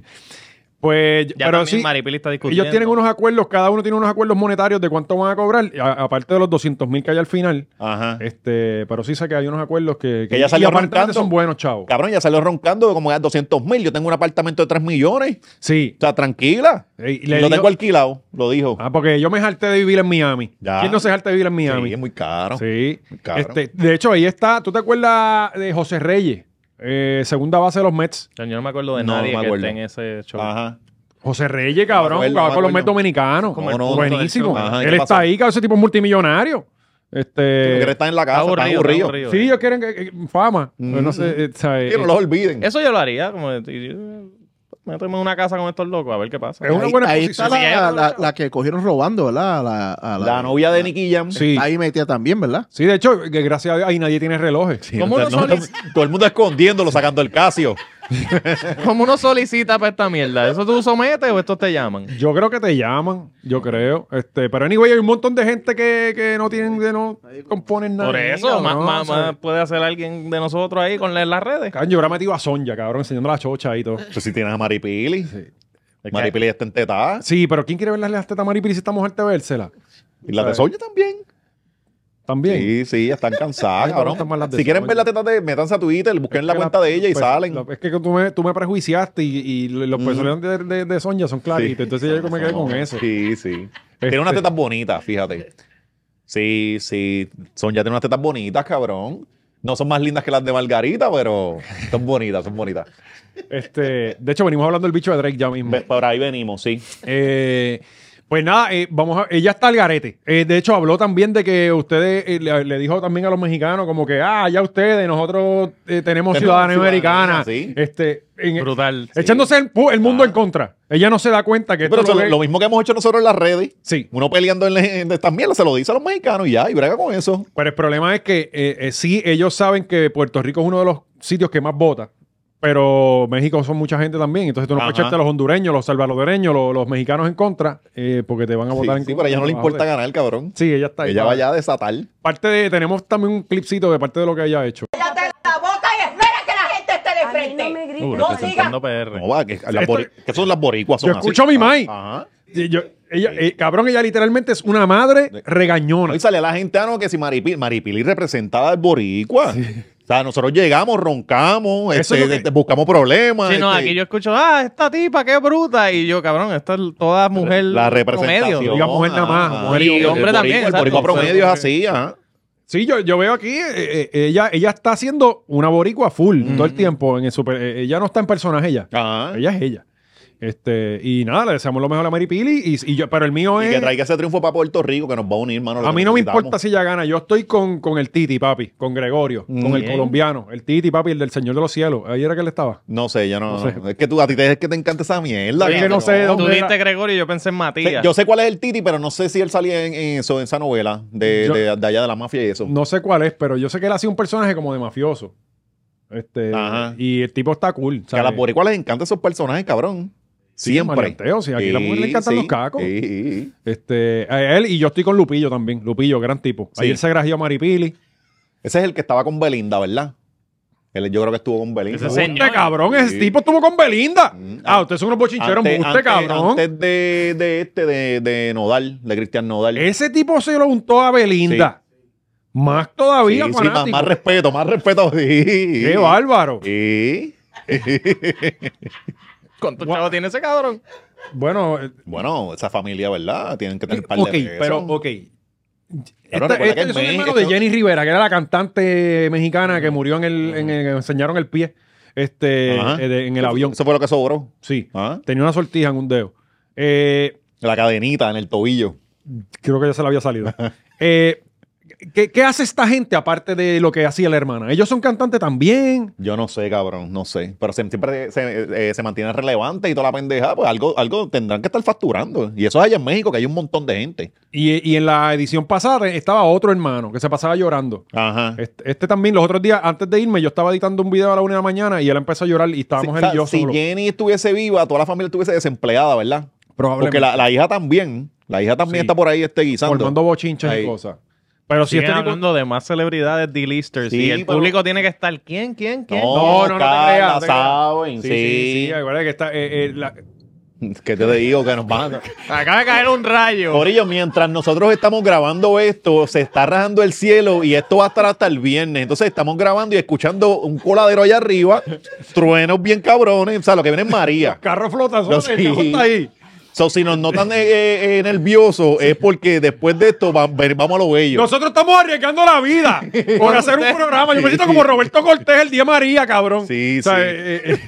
B: Pues,
D: Ya
B: pero
D: también
B: sí,
D: Maripili está discutiendo.
B: ellos tienen unos acuerdos, cada uno tiene unos acuerdos monetarios de cuánto van a cobrar, a- aparte de los 200 mil que hay al final.
C: Ajá.
B: Este, pero sí sé que hay unos acuerdos que,
C: Ah. Que ya
B: y
C: salió
B: aparentemente
C: arrancando.
B: son buenos, chavo.
C: Cabrón, ya salió roncando como a 200 mil. Yo tengo un apartamento de 3 millones.
B: Sí.
C: O sea, tranquila.
B: Ey, y
C: Lo
B: le digo-
C: tengo alquilado, lo dijo.
B: Ah, porque yo me harté de vivir en Miami.
C: Ya.
B: ¿Quién no se harté de vivir en
C: Sí,
B: Miami?
C: es muy caro.
B: Sí.
C: Cabrón.
B: Este, de hecho, ahí está. ¿Tú te acuerdas de José Reyes? Eh, segunda base de los Mets.
D: Yo no me acuerdo de
C: No,
D: nadie
C: no me
D: que
C: acuerdo.
D: esté en ese show.
C: Ajá.
B: José Reyes, cabrón,
C: No me acuerdo,
B: jugaba
C: no
B: con
C: me
B: los Mets
C: acuerdo.
B: dominicanos.
C: Como el punto del
B: Buenísimo.
C: show. Ajá, ¿y
B: Él
C: qué
B: está
C: pasó?
B: ahí, cabrón, ese tipo es multimillonario.
C: Pero que
B: Este,
C: está en la
D: Está
C: casa, está
D: aburrido,
C: aburrido.
D: está aburrido.
B: sí, ellos quieren que- que- fama.
C: Mm.
B: Pero No sé, eh, ¿sabes?
C: Que no los olviden.
D: Eso yo lo haría. Como, de- y- y- méteme en una casa con estos locos a ver qué pasa.
B: Es una
E: ahí,
B: buena
E: ahí
B: posición.
E: está la,
D: Sí, es una
E: la-
D: buena-
E: la que cogieron robando, ¿verdad? A la, a la-
C: La novia de Nicky Jam.
B: Sí.
E: Ahí metía también, ¿verdad?
B: Eh, Sí, de hecho, que gracias a Dios ahí nadie tiene relojes.
C: Sí,
D: ¿Cómo
C: no-
D: no
C: no- <laughs> todo el mundo escondiéndolo, sacando el casio.
D: ¿Cómo uno solicita para esta mierda? ¿Eso tú sometes o estos te llaman?
B: Yo creo que te llaman, yo creo. Este, pero anyway, hay un montón de gente que, que no tienen, que no componen nada.
D: Por eso,
B: cabrón,
D: más, más-
B: ¿sabes?
D: más puede hacer alguien de nosotros ahí con la- las redes.
B: Cabrón, yo hubiera metido a Sonja, cabrón, enseñando la chocha y todo.
C: Pues si tienes a Maripili.
D: Es que-
C: Maripili está entetada.
B: Sí, pero ¿quién quiere verle las tetas a Maripili si esta mujer te vérsela?
C: Y las de Sonia también.
B: También.
C: Sí, sí, ya están
B: Ay, <laughs>
C: cansadas,
B: me
C: cabrón.
B: gustan más las de
C: Si quieren
B: Sonia.
C: ver la teta de, métanse a Twitter, busquen la
B: que
C: cuenta de ella y
B: pues,
C: salen.
B: la- es que tú me, tú me prejuiciaste y, y los personajes de, de, de Sonja son claritos. Entonces yo me quedé con eso.
C: Sí, sí. Tiene unas
B: Este-
C: tetas bonitas, fíjate. Sí, sí. Son ya tiene unas tetas bonitas, cabrón. No son más lindas que las de Margarita, pero son bonitas, son bonitas.
B: Este, de hecho, venimos hablando del bicho de Drake ya mismo.
C: Ve- Por ahí venimos, sí.
B: Eh, pues nada, eh, vamos a, ella está al garete. Eh, de hecho, habló también de que ustedes eh, le, le dijo también a los mexicanos como que, ah, ya ustedes, nosotros eh, tenemos
C: Tenemos
B: ciudadanía
C: ciudadanía,
B: americana.
C: sí. Ah.
B: Este, en-
D: Brutal.
B: Echándose el, pu- el mundo en contra. Ella no se da cuenta que
C: Pero
B: esto
C: eso
B: lo
C: es
B: ve-
C: lo mismo que hemos hecho nosotros en las redes.
B: Sí.
C: Uno peleando en, le- en estas mierdas, se lo dice a los mexicanos y ya, y brega con eso.
B: Pero el problema es que eh, eh, sí, ellos saben que Puerto Rico es uno de los sitios que más vota, pero México son mucha gente también. Entonces tú no puedes
C: Ajá.
B: echarte a los hondureños, los salvadoreños, los, los mexicanos en contra, eh, porque te van a
C: Sí,
B: votar en
C: sí,
B: contra.
C: pero a ella no le
B: Ah,
C: importa
B: joder.
C: ganar, cabrón.
B: Sí, ella está ahí.
C: Ella vaya a desatar.
B: Parte de, tenemos también un clipcito de parte de lo que ella ha hecho.
G: Cállate la boca y espera que la gente esté de frente.
D: Uh,
G: no
D: representando
G: sigas.
D: PR.
C: No va, que, las
B: Esto-
C: bori- que son las boricuas. Son
B: Yo
C: así.
B: escucho a mi mai.
C: Ajá.
B: Y yo- ella- eh, cabrón, ella literalmente es una madre regañona.
C: Ahí sale la gente, ah, no, que si Maripili, Maripili representaba al boricua. O sea, nosotros llegamos, roncamos,
B: Eso
C: este,
B: es lo que-
C: este, buscamos problemas.
D: Sí, no,
C: este,
D: aquí yo escucho, ah, esta tipa, qué bruta. Y yo, cabrón, esta es toda mujer
C: la
D: promedio.
C: representación.
B: Diga mujer nada más,
C: ajá.
B: mujer
D: y
C: El
D: hombre
C: boricua-
D: también,
C: El
D: exacto.
C: boricua promedio
D: Pero-
C: es así, ajá.
B: Sí, yo, yo veo aquí, eh, eh, ella, ella está haciendo una boricua full todo el tiempo. En el super, eh, ella no está en personaje ya.
C: Ajá.
B: Ella es ella. Este, y nada, le deseamos lo mejor a Mary Pili. Y, y yo, pero el mío
C: Y
B: es.
C: que traiga ese triunfo para Puerto Rico, que nos va a unir, mano. lo
B: A
C: que
B: mí no me
C: necesitamos.
B: importa si ella gana. Yo estoy con, con el Titi, papi. Con Gregorio. Con el
D: Bien.
B: colombiano. El Titi, papi, el del Señor de los Cielos. Ahí era que él estaba.
C: No sé, yo
B: No
C: no.
B: sé.
C: Es que tú, a ti te, es que te encanta esa mierda.
B: Es que no
C: cabrón.
B: sé de dónde-
D: Tú
B: Mira.
D: dijiste Gregorio y yo pensé en
C: Sé-
D: Matías.
C: Yo sé cuál es el Titi, pero no sé si él salía en, en eso, en esa novela de,
B: Yo-
C: de- de allá de la mafia y eso.
B: No sé cuál es, pero yo sé que él hacía un personaje como de mafioso. Este,
C: Ajá.
B: y el tipo está cool.
C: que a
B: ¿sabes?
C: las boricuas les encantan esos personajes, cabrón.
B: Sí,
C: Siempre.
B: maleanteo, sí, aquí a la mujer le encantan los cacos.
C: Sí, sí.
B: Este, a él y yo estoy con Lupillo también. Lupillo, gran tipo.
C: Sí.
B: Ayer se grajeó a Maripili.
C: Ese es el que estaba con Belinda, ¿verdad? Él, yo creo que estuvo con Belinda.
D: Ese señor.
B: Usted, Este cabrón, ese
C: Sí.
B: tipo estuvo con Belinda.
C: Mm,
B: Ah,
C: an-
B: ustedes son unos bochincheros.
C: Antes-
B: Usted,
C: antes-
B: cabrón.
C: Antes de, de este, de, de Nodal, de Cristian Nodal.
B: Ese tipo se lo untó a Belinda. Más
C: Sí,
B: todavía,
C: sí,
B: fanático.
C: más, más respeto, más respeto. <laughs> Sí.
B: Qué bárbaro.
C: Sí.
D: ¿Cuánto chavo tiene ese cabrón?
B: Bueno, eh,
C: Bueno, esa familia, ¿verdad? Tienen que tener un par
B: ok,
C: de pesos.
B: pero ok. Esta- este
C: recuerda
B: esta-
C: que en
B: yo soy
C: México-
B: hermano de Jenny Rivera, que era la cantante mexicana que murió en el, en el- enseñaron el pie, este,
C: Ajá.
B: eh, de- en el avión.
C: Eso fue lo que sobró.
B: Sí,
C: Ajá.
B: tenía una sortija en un dedo. Eh,
C: La cadenita en el tobillo.
B: creo que ya se le había salido. Eh, ¿qué, qué hace esta gente aparte de lo que hacía la hermana? Ellos son cantantes también.
C: Yo no sé, cabrón, no sé. Pero se- siempre se, eh, se mantiene relevante y toda la pendeja, pues algo, algo tendrán que estar facturando. Y eso es allá en México, que hay un montón de gente.
B: Y, y en la edición pasada estaba otro hermano que se pasaba llorando.
C: Ajá.
B: Este, este también, los otros días, antes de irme, yo estaba editando un video a la una de la mañana y él empezó a llorar y
C: Si,
B: estábamos
C: o
B: él
C: sea,
B: y yo
C: si
B: solos.
C: Jenny estuviese viva, toda la familia estuviese desempleada, ¿verdad?
B: Probablemente.
C: Porque la, la hija también, la hija también
B: Sí.
C: está por ahí este, guisando.
B: formando bochinchas y
C: Ahí.
B: cosas. Pero si
D: Siguen
B: este tipo...
D: hablando de más celebridades D-listers
C: Sí,
D: y el
C: pero-
D: público tiene que estar. ¿Quién, quién, quién?
B: No, no, no te
C: Carla,
B: creas, no te creas.
C: saben,
B: Sí,
C: sí.
B: sí, sí, acuérdate que está... eh, eh, la-
C: ¿Qué te digo? Que nos van a...
D: Acaba de caer un rayo.
C: Corillo, mientras nosotros estamos grabando esto, se está rajando el cielo y esto va a estar hasta el viernes. Entonces estamos grabando y escuchando un coladero allá arriba, truenos bien cabrones. O sea, lo que viene es María.
B: Carro flota,
C: Lo-
B: solo- el
C: sí.
B: cajón está ahí.
C: So, si nos notan eh, eh, eh, nerviosos es porque después de esto va- ven- vamos a lo bello.
B: Nosotros estamos arriesgando la
C: <laughs>
B: vida por hacer un programa. Yo me siento como Roberto Cortés el día de María, cabrón.
C: Sí,
B: O sea,
C: sí.
B: eh, eh,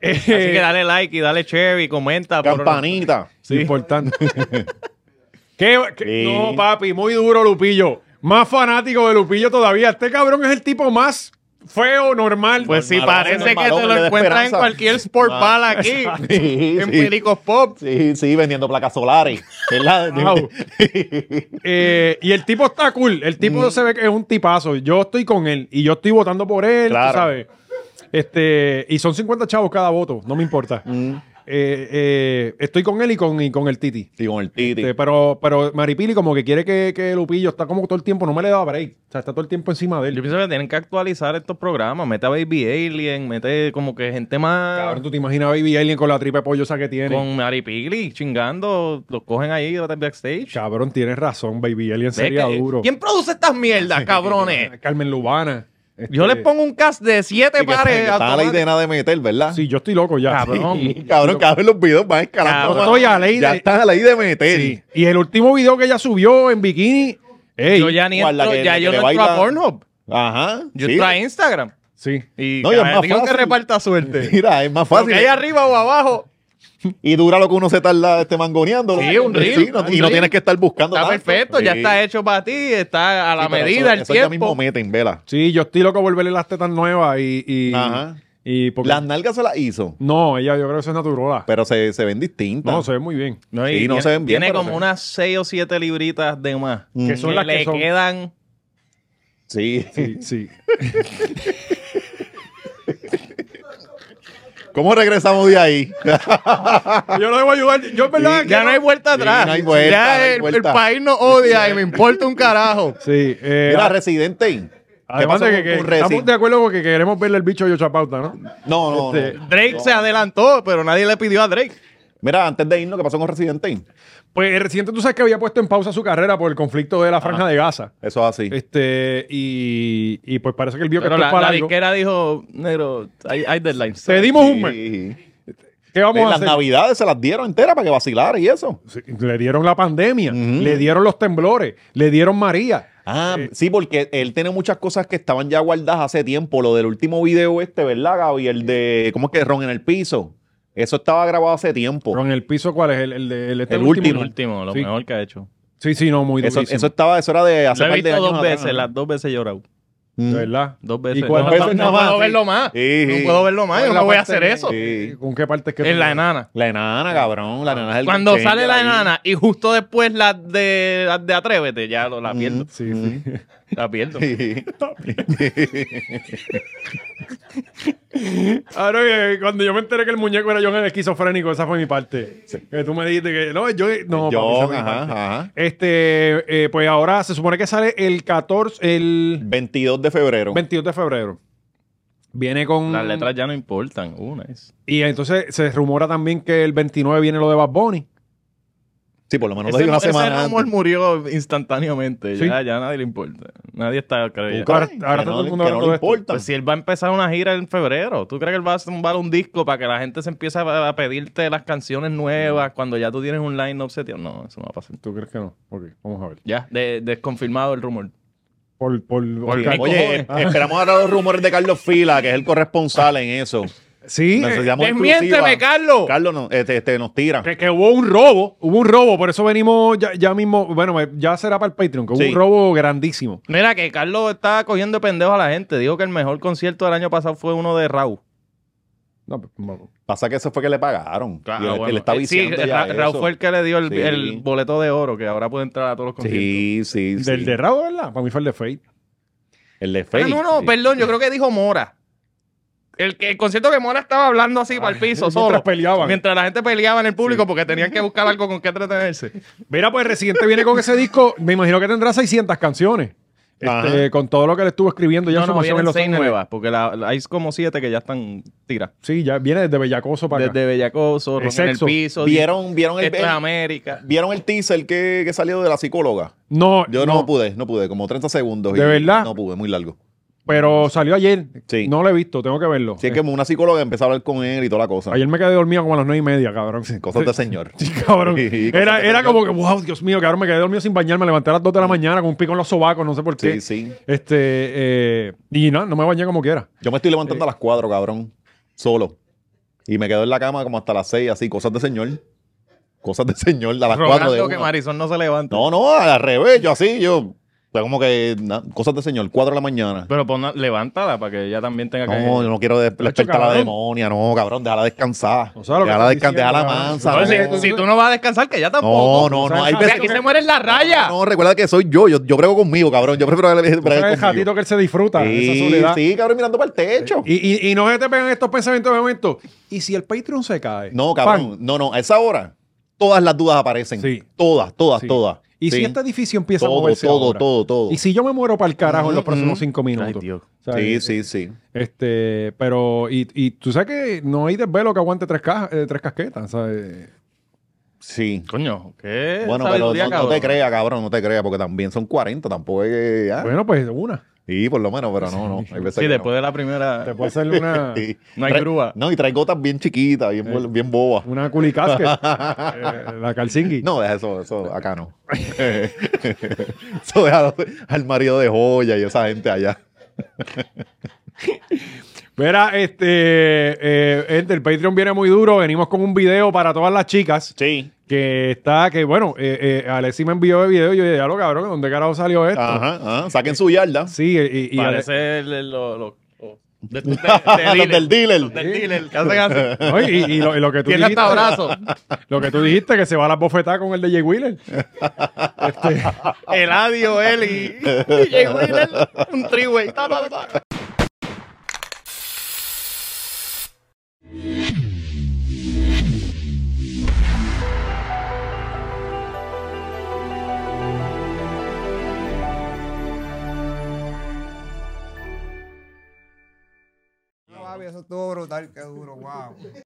B: eh,
D: <laughs> Así que dale like y dale share y comenta. por-
C: Campanita.
B: Sí. Importante. <laughs> ¿Qué- qué-
C: Sí.
B: No, papi, muy duro, Lupillo. Más fanático de Lupillo todavía. Este cabrón es el tipo más feo, normal.
D: Pues sí,
C: Normal,
D: parece
C: normal,
D: que te
C: hombre
D: lo
C: de
D: encuentras en
C: esperanza.
D: cualquier sport
C: Ah,
D: pal aquí.
C: <laughs> Sí,
D: En
C: sí.
D: Pericos Pop.
C: Sí, sí, vendiendo placas solares. ¿Verdad?
B: Wow. Eh, y el tipo está cool. El tipo
C: Mm.
B: se ve que es un tipazo. Yo estoy con él y yo estoy votando por él, tú
C: Claro.
B: ¿sabes? Este, y son 50 chavos cada voto, no me importa.
C: Mm.
B: Eh, eh, estoy con él y con, y con el Titi.
C: <laughs> Sí, con el titi.
B: Este, pero, pero Maripili como que quiere que, que Lupillo está como todo el tiempo, no me le da break. O sea, está todo el tiempo encima de él.
D: Yo pienso que tienen que actualizar estos programas. Mete a Baby Alien, mete como que gente más
B: Cabrón, tú te imaginas a Baby Alien con la tripa de pollo esa que tiene.
D: con Mari Pigli chingando. Los cogen ahí del backstage.
B: Cabrón, tienes razón, Baby Alien
D: Ve
B: sería
D: que-
B: duro.
D: ¿Quién produce estas mierdas, cabrones?
B: Carmen Lubana.
D: Yo
B: Este,
D: les pongo un cast de siete
C: Sí, que- que
D: pares.
C: Estaba la
D: automáticos.
C: idea de meter, ¿verdad?
B: Sí, yo estoy loco ya.
D: Cabrón.
C: Sí, <laughs> Cabrón, cada vez los videos van escalando.
D: Cabrón.
C: más.
B: Estoy a ley
C: Ya
B: de-
C: estás a ley de meter.
B: Sí. <laughs> Y el último video que ella subió en bikini. ey,
D: Yo ya ni
C: Guarda,
D: entro,
C: que-
D: ya
C: que
D: yo
C: le
D: no entro a
C: baila.
D: Pornhub.
C: Ajá.
D: Yo
C: sí.
D: entro a Instagram.
B: Sí.
D: Y
C: No, y es más
D: digo que
C: fácil. <laughs>
D: reparta suerte.
C: Mira, es más
D: Porque
C: fácil.
D: ahí arriba o abajo.
C: Y dura lo que uno se tarda este, mangoneando.
D: Sí, un reel,
C: no-
D: un
C: y no
D: reel.
C: tienes que estar buscando.
D: Está
C: tanto.
D: perfecto, ya
C: Sí.
D: está hecho para ti, está a la
C: Sí, pero
D: medida,
C: eso-
D: el
C: eso ya mismo
D: tiempo.
C: meten, vela.
B: Sí, yo estoy loco por verle las tetas nuevas y. y,
C: Ajá.
B: y porque-
C: Las nalgas se las hizo,
B: No, ella yo creo que eso es natural.
C: pero se, se ven distintas.
B: No, se ve muy bien.
D: No, y
C: Sí, no
D: tiene,
C: se ven bien,
D: tiene
C: pero
D: como
C: se ven.
D: unas 6 o 7 libritas de más.
C: Mm.
B: Que son las
D: le
B: que son.
D: quedan.
C: Sí.
B: Sí, sí. <laughs>
C: ¿Cómo regresamos de ahí?
B: yo no debo ayudar. Yo en verdad.
D: ya
B: que-
D: no hay vuelta
C: Sí,
D: atrás.
C: no hay vuelta,
D: ya
C: no hay
D: el,
C: vuelta.
D: el país nos odia y me importa un carajo.
B: Sí. eh,
C: Mira, residente. ¿Qué
B: además
C: pasó
B: de
C: con-
B: que, que
C: con Resi?
B: estamos de acuerdo con que queremos verle el bicho a Yochapauta, ¿no?
C: No, no, no.
B: Este-
D: Drake se adelantó, pero nadie le pidió a Drake.
C: Mira, antes de irnos, ¿qué pasó con Residente?
B: Pues reciente tú sabes que había puesto en pausa su carrera por el conflicto de la franja de Gaza.
C: Eso es así.
B: Este, y, y pues parece que el vio que
D: Pero
B: esto es
D: la,
B: para
D: la
B: algo.
D: disquera dijo, negro, hay, hay deadlines.
B: Te dimos un mes.
C: Sí.
B: ¿Qué vamos a
C: Eh, Las
B: hacer?
C: navidades se las dieron enteras para que vacilara y eso.
B: Sí, Le dieron la pandemia,
C: Ujú.
B: le dieron los temblores, le dieron María.
C: Ah, sí, porque él tiene muchas cosas que estaban ya guardadas hace tiempo. Lo del último video este, ¿verdad, Gaby? El de, ¿cómo es que? Ron en el piso. Eso estaba grabado hace tiempo.
B: Pero en el piso, ¿cuál es? El, el, de- el, este
C: El
D: El
C: último.
D: último, lo
B: Sí.
D: mejor que ha hecho.
B: Sí, sí, no, muy
C: Eso,
B: difícil.
C: eso estaba, eso era de hace
D: Lo he
C: par de
D: visto
C: años
D: dos veces,
C: atrás.
D: las dos veces he llorado.
C: Mm.
B: De verdad.
D: Dos veces.
B: ¿Y cuál-
D: no,
C: veces
D: no,
C: nada
D: no
C: más,
D: puedo
C: sí.
D: verlo más.
C: Sí,
D: No
C: sí.
D: puedo verlo más. Yo
B: ¿Cuál
D: no
B: es
D: voy
B: la
D: a hacer
B: parte
D: eso.
B: de-
C: eso?
B: ¿Con qué parte es que
D: En la enana.
C: La enana, cabrón. La enana es el
D: Cuando
C: que
D: sale la
C: ahí.
D: enana y justo después la de, la de Atrévete, ya lo- la pierdo.
B: Sí, sí.
D: La pierdo.
C: <laughs> Mm. Sí.
B: <laughs> Ahora, eh, cuando yo me enteré que el muñeco era John el esquizofrénico, esa fue mi parte. Que tú me dijiste que no, yo. No,
C: John,
B: papi, esa fue mi
C: ajá,
B: parte.
C: ajá.
B: Este, eh, pues ahora se supone que sale el 14, el
C: 22 de febrero.
B: 22 de febrero. Viene con.
D: Las letras ya no importan. Una es.
B: Y entonces se rumora también que el 29 viene lo de Bad Bunny.
C: Sí, por lo menos lo
D: ese,
C: di una
D: ese
C: semana
D: rumor
C: antes.
D: murió instantáneamente.
B: Sí.
D: Ya, ya nadie le importa. Nadie está creyendo.
C: ¿Tú
B: Ahora-
C: crees?
B: ahora
C: Que
B: está
C: no-
B: todo el mundo
C: que no
B: hablando
C: le
B: de esto.
C: importa.
D: Pues si él va a empezar una gira en febrero, ¿tú crees que él va a zumbar un disco para que la gente se empiece a a pedirte las canciones
C: Mm.
D: nuevas cuando ya tú tienes un line-up seteado? No, eso no va a pasar.
B: ¿Tú crees que no? Ok, vamos a ver.
D: Ya, de- desconfirmado el rumor.
B: Por, por,
D: Por-
B: Oye,
C: Oye, eh, esperamos ahora los rumores de Carlos Fila, que es el corresponsal en eso.
B: sí, eh,
C: Necesitamos
D: ¡Desmiénteme,
C: exclusiva.
D: Carlos!
C: Carlos no- este, este, nos tira.
B: que, que hubo un robo, hubo un robo, por eso venimos ya, ya mismo, bueno, eh, ya será para el Patreon, que hubo
C: Sí.
B: un robo grandísimo.
D: Mira que Carlos está cogiendo de pendejo a la gente. Dijo que el mejor concierto del año pasado fue uno de Raúl.
B: No, pues, no.
C: Pasa que eso fue que le pagaron. Y él, él está
D: Eh, Sí,
C: viciando ya
D: Ra- Raúl
C: eso.
D: fue el que le dio el,
C: Sí.
D: el boleto de oro, que ahora puede entrar a todos los conciertos.
C: Sí, sí, sí.
B: Del de Raúl, ¿verdad? Para mí fue el de Fate.
C: El de Fake.
D: Ah, no, no,
C: Sí.
D: perdón, yo creo que dijo Mora. El, que- el concierto que Mora estaba hablando así para el piso,
B: mientras
D: solo.
B: peleaban.
D: Mientras la gente peleaba en el público porque tenían que buscar algo con qué <laughs> entretenerse.
B: Mira, pues Residente viene con ese disco, me imagino que tendrá 600 canciones.
C: Ajá.
B: Este, con todo lo que le estuvo escribiendo ya en
D: No,
B: su
D: no,
B: mansión en
D: vienen
B: Los
D: seis
B: Ángeles.
D: nuevas, porque la- la- hay como siete que ya están tiras.
B: Sí, ya viene desde Bellacoso para acá.
D: Desde Bellacoso,
B: Es
D: Ron en el
B: sexo.
D: piso.
C: ¿Vieron, vieron, el,
D: Esto es
C: el-
D: América.
C: vieron el teaser que, que salió de la psicóloga?
B: No,
C: Yo no. pude, no pude, como 30 segundos. y
B: ¿De verdad?
C: No pude, muy largo.
B: Pero salió ayer.
C: Sí.
B: No lo he visto, tengo que verlo.
C: Sí, es que una psicóloga empezó a hablar con él y toda la cosa.
B: Ayer me quedé dormido como a las nueve y media, cabrón.
C: Cosas de señor.
B: <laughs> Sí, cabrón.
C: Sí, cosas
B: Era,
C: de
B: era
C: señor. Mm.
B: como que, wow, Dios mío, cabrón, me quedé dormido sin bañar. Me levanté a las 2 de la mañana con un pico en los sobacos, no sé por qué.
C: Sí, sí.
B: Este, eh, y no, no me bañé como quiera.
C: Yo me estoy levantando a las cuatro, cabrón. Solo. Y me quedo en la cama como hasta las seis, así. Cosas de señor. Cosas de señor. A las cuatro de
D: Rogando que
C: una.
D: Marisol no se levanta.
C: No, no, al revés. Yo así, yo. Fue como que. na- cosas de señor. Cuatro de la mañana.
D: Pero pon, levántala para que ella también tenga que...
C: No, yo no quiero des- despertar a la
B: cabrón.
C: demonia, no, cabrón, déjala descansar.
B: O sea, lo que
C: déjala
B: estás
C: descan- déjala
B: diciendo, cabrón.
C: mansa.
D: Pero
B: Entonces,
C: no.
D: si, si tú no vas a descansar, que ella tampoco.
C: No, no,
B: sabes
C: no. Hay
B: nada.
D: O sea,
C: veces
D: aquí
C: que-
D: se muere la raya.
C: No, recuerda que soy yo. Yo, yo brego conmigo, cabrón. Yo prefiero bregar bregar
B: Es el
C: conmigo.
B: ratito que él se disfruta, esa
C: Sí,
B: soledad.
C: sí, cabrón, mirando para el techo.
B: Y, y, y no se te pegan estos pensamientos de momento. ¿Y si el Patreon se cae?
C: No, cabrón.
B: Pan.
C: No, no. A esa hora, todas las dudas aparecen.
B: Sí.
C: Todas, todas,
B: Sí.
C: todas.
B: ¿Y
C: Sí.
B: si este edificio empieza
C: Todo,
B: a moverse
C: todo,
B: ahora?
C: todo, todo.
B: ¿Y si yo me muero para el carajo en los próximos cinco minutos?
D: Ay, Dios.
B: O sea,
C: Sí,
B: eh,
C: sí, sí.
B: Este, pero, y, y tú sabes que no hay desvelo que aguante tres, cajas, eh, tres casquetas, eh, ¿sabes?
C: Sí.
D: Coño, ¿qué?
C: Bueno, pero
D: sabiduría,
C: no, no te
D: cabrón.
C: creas, cabrón, no te creas, porque también son 40, tampoco es que... ah.
B: Bueno, pues una.
C: Sí, por lo menos, pero no, no. Hay veces
D: Sí,
C: que no.
D: después de la primera...
B: Te puede hacer una,
C: <laughs> Sí.
D: <laughs> No hay
C: Tra-
D: grúa.
C: No, y trae gotas bien chiquitas, bien,
B: Eh.
C: bo- bien bobas.
B: una
C: <laughs>
B: culicasque. eh, la calcingui.
C: No, deja eso, eso acá no. <laughs> eso deja al marido de joya y esa gente allá.
B: Mira, este, eh, gente, el Patreon viene muy duro. Venimos con un video para todas las chicas.
C: Sí.
B: Que está, que bueno, eh, eh, Alexi me envió el video y yo dije, ya lo cabrón, ¿dónde carajo salió esto?
C: Ajá, ajá. Saquen su yarda.
B: Sí, y, y- y Ale-
D: Parece el- el- lo- lo- lo-
C: <laughs>
D: de- de- de-
C: Los del dealer.
D: Los del dealer, que
C: <laughs>
D: hacen así.
B: No, y, y lo, y lo que tú
D: Tiene
B: dijiste.
D: hasta brazo.
B: Lo que tú dijiste, que se va a la bofetada con el de Jay
C: <laughs>
B: Wheeler. Este,
D: Eladio, él <laughs> y, y Jay Wheeler, un triway. Ta, ta, ta.
H: Javi, eso estuvo brutal, qué duro, wow.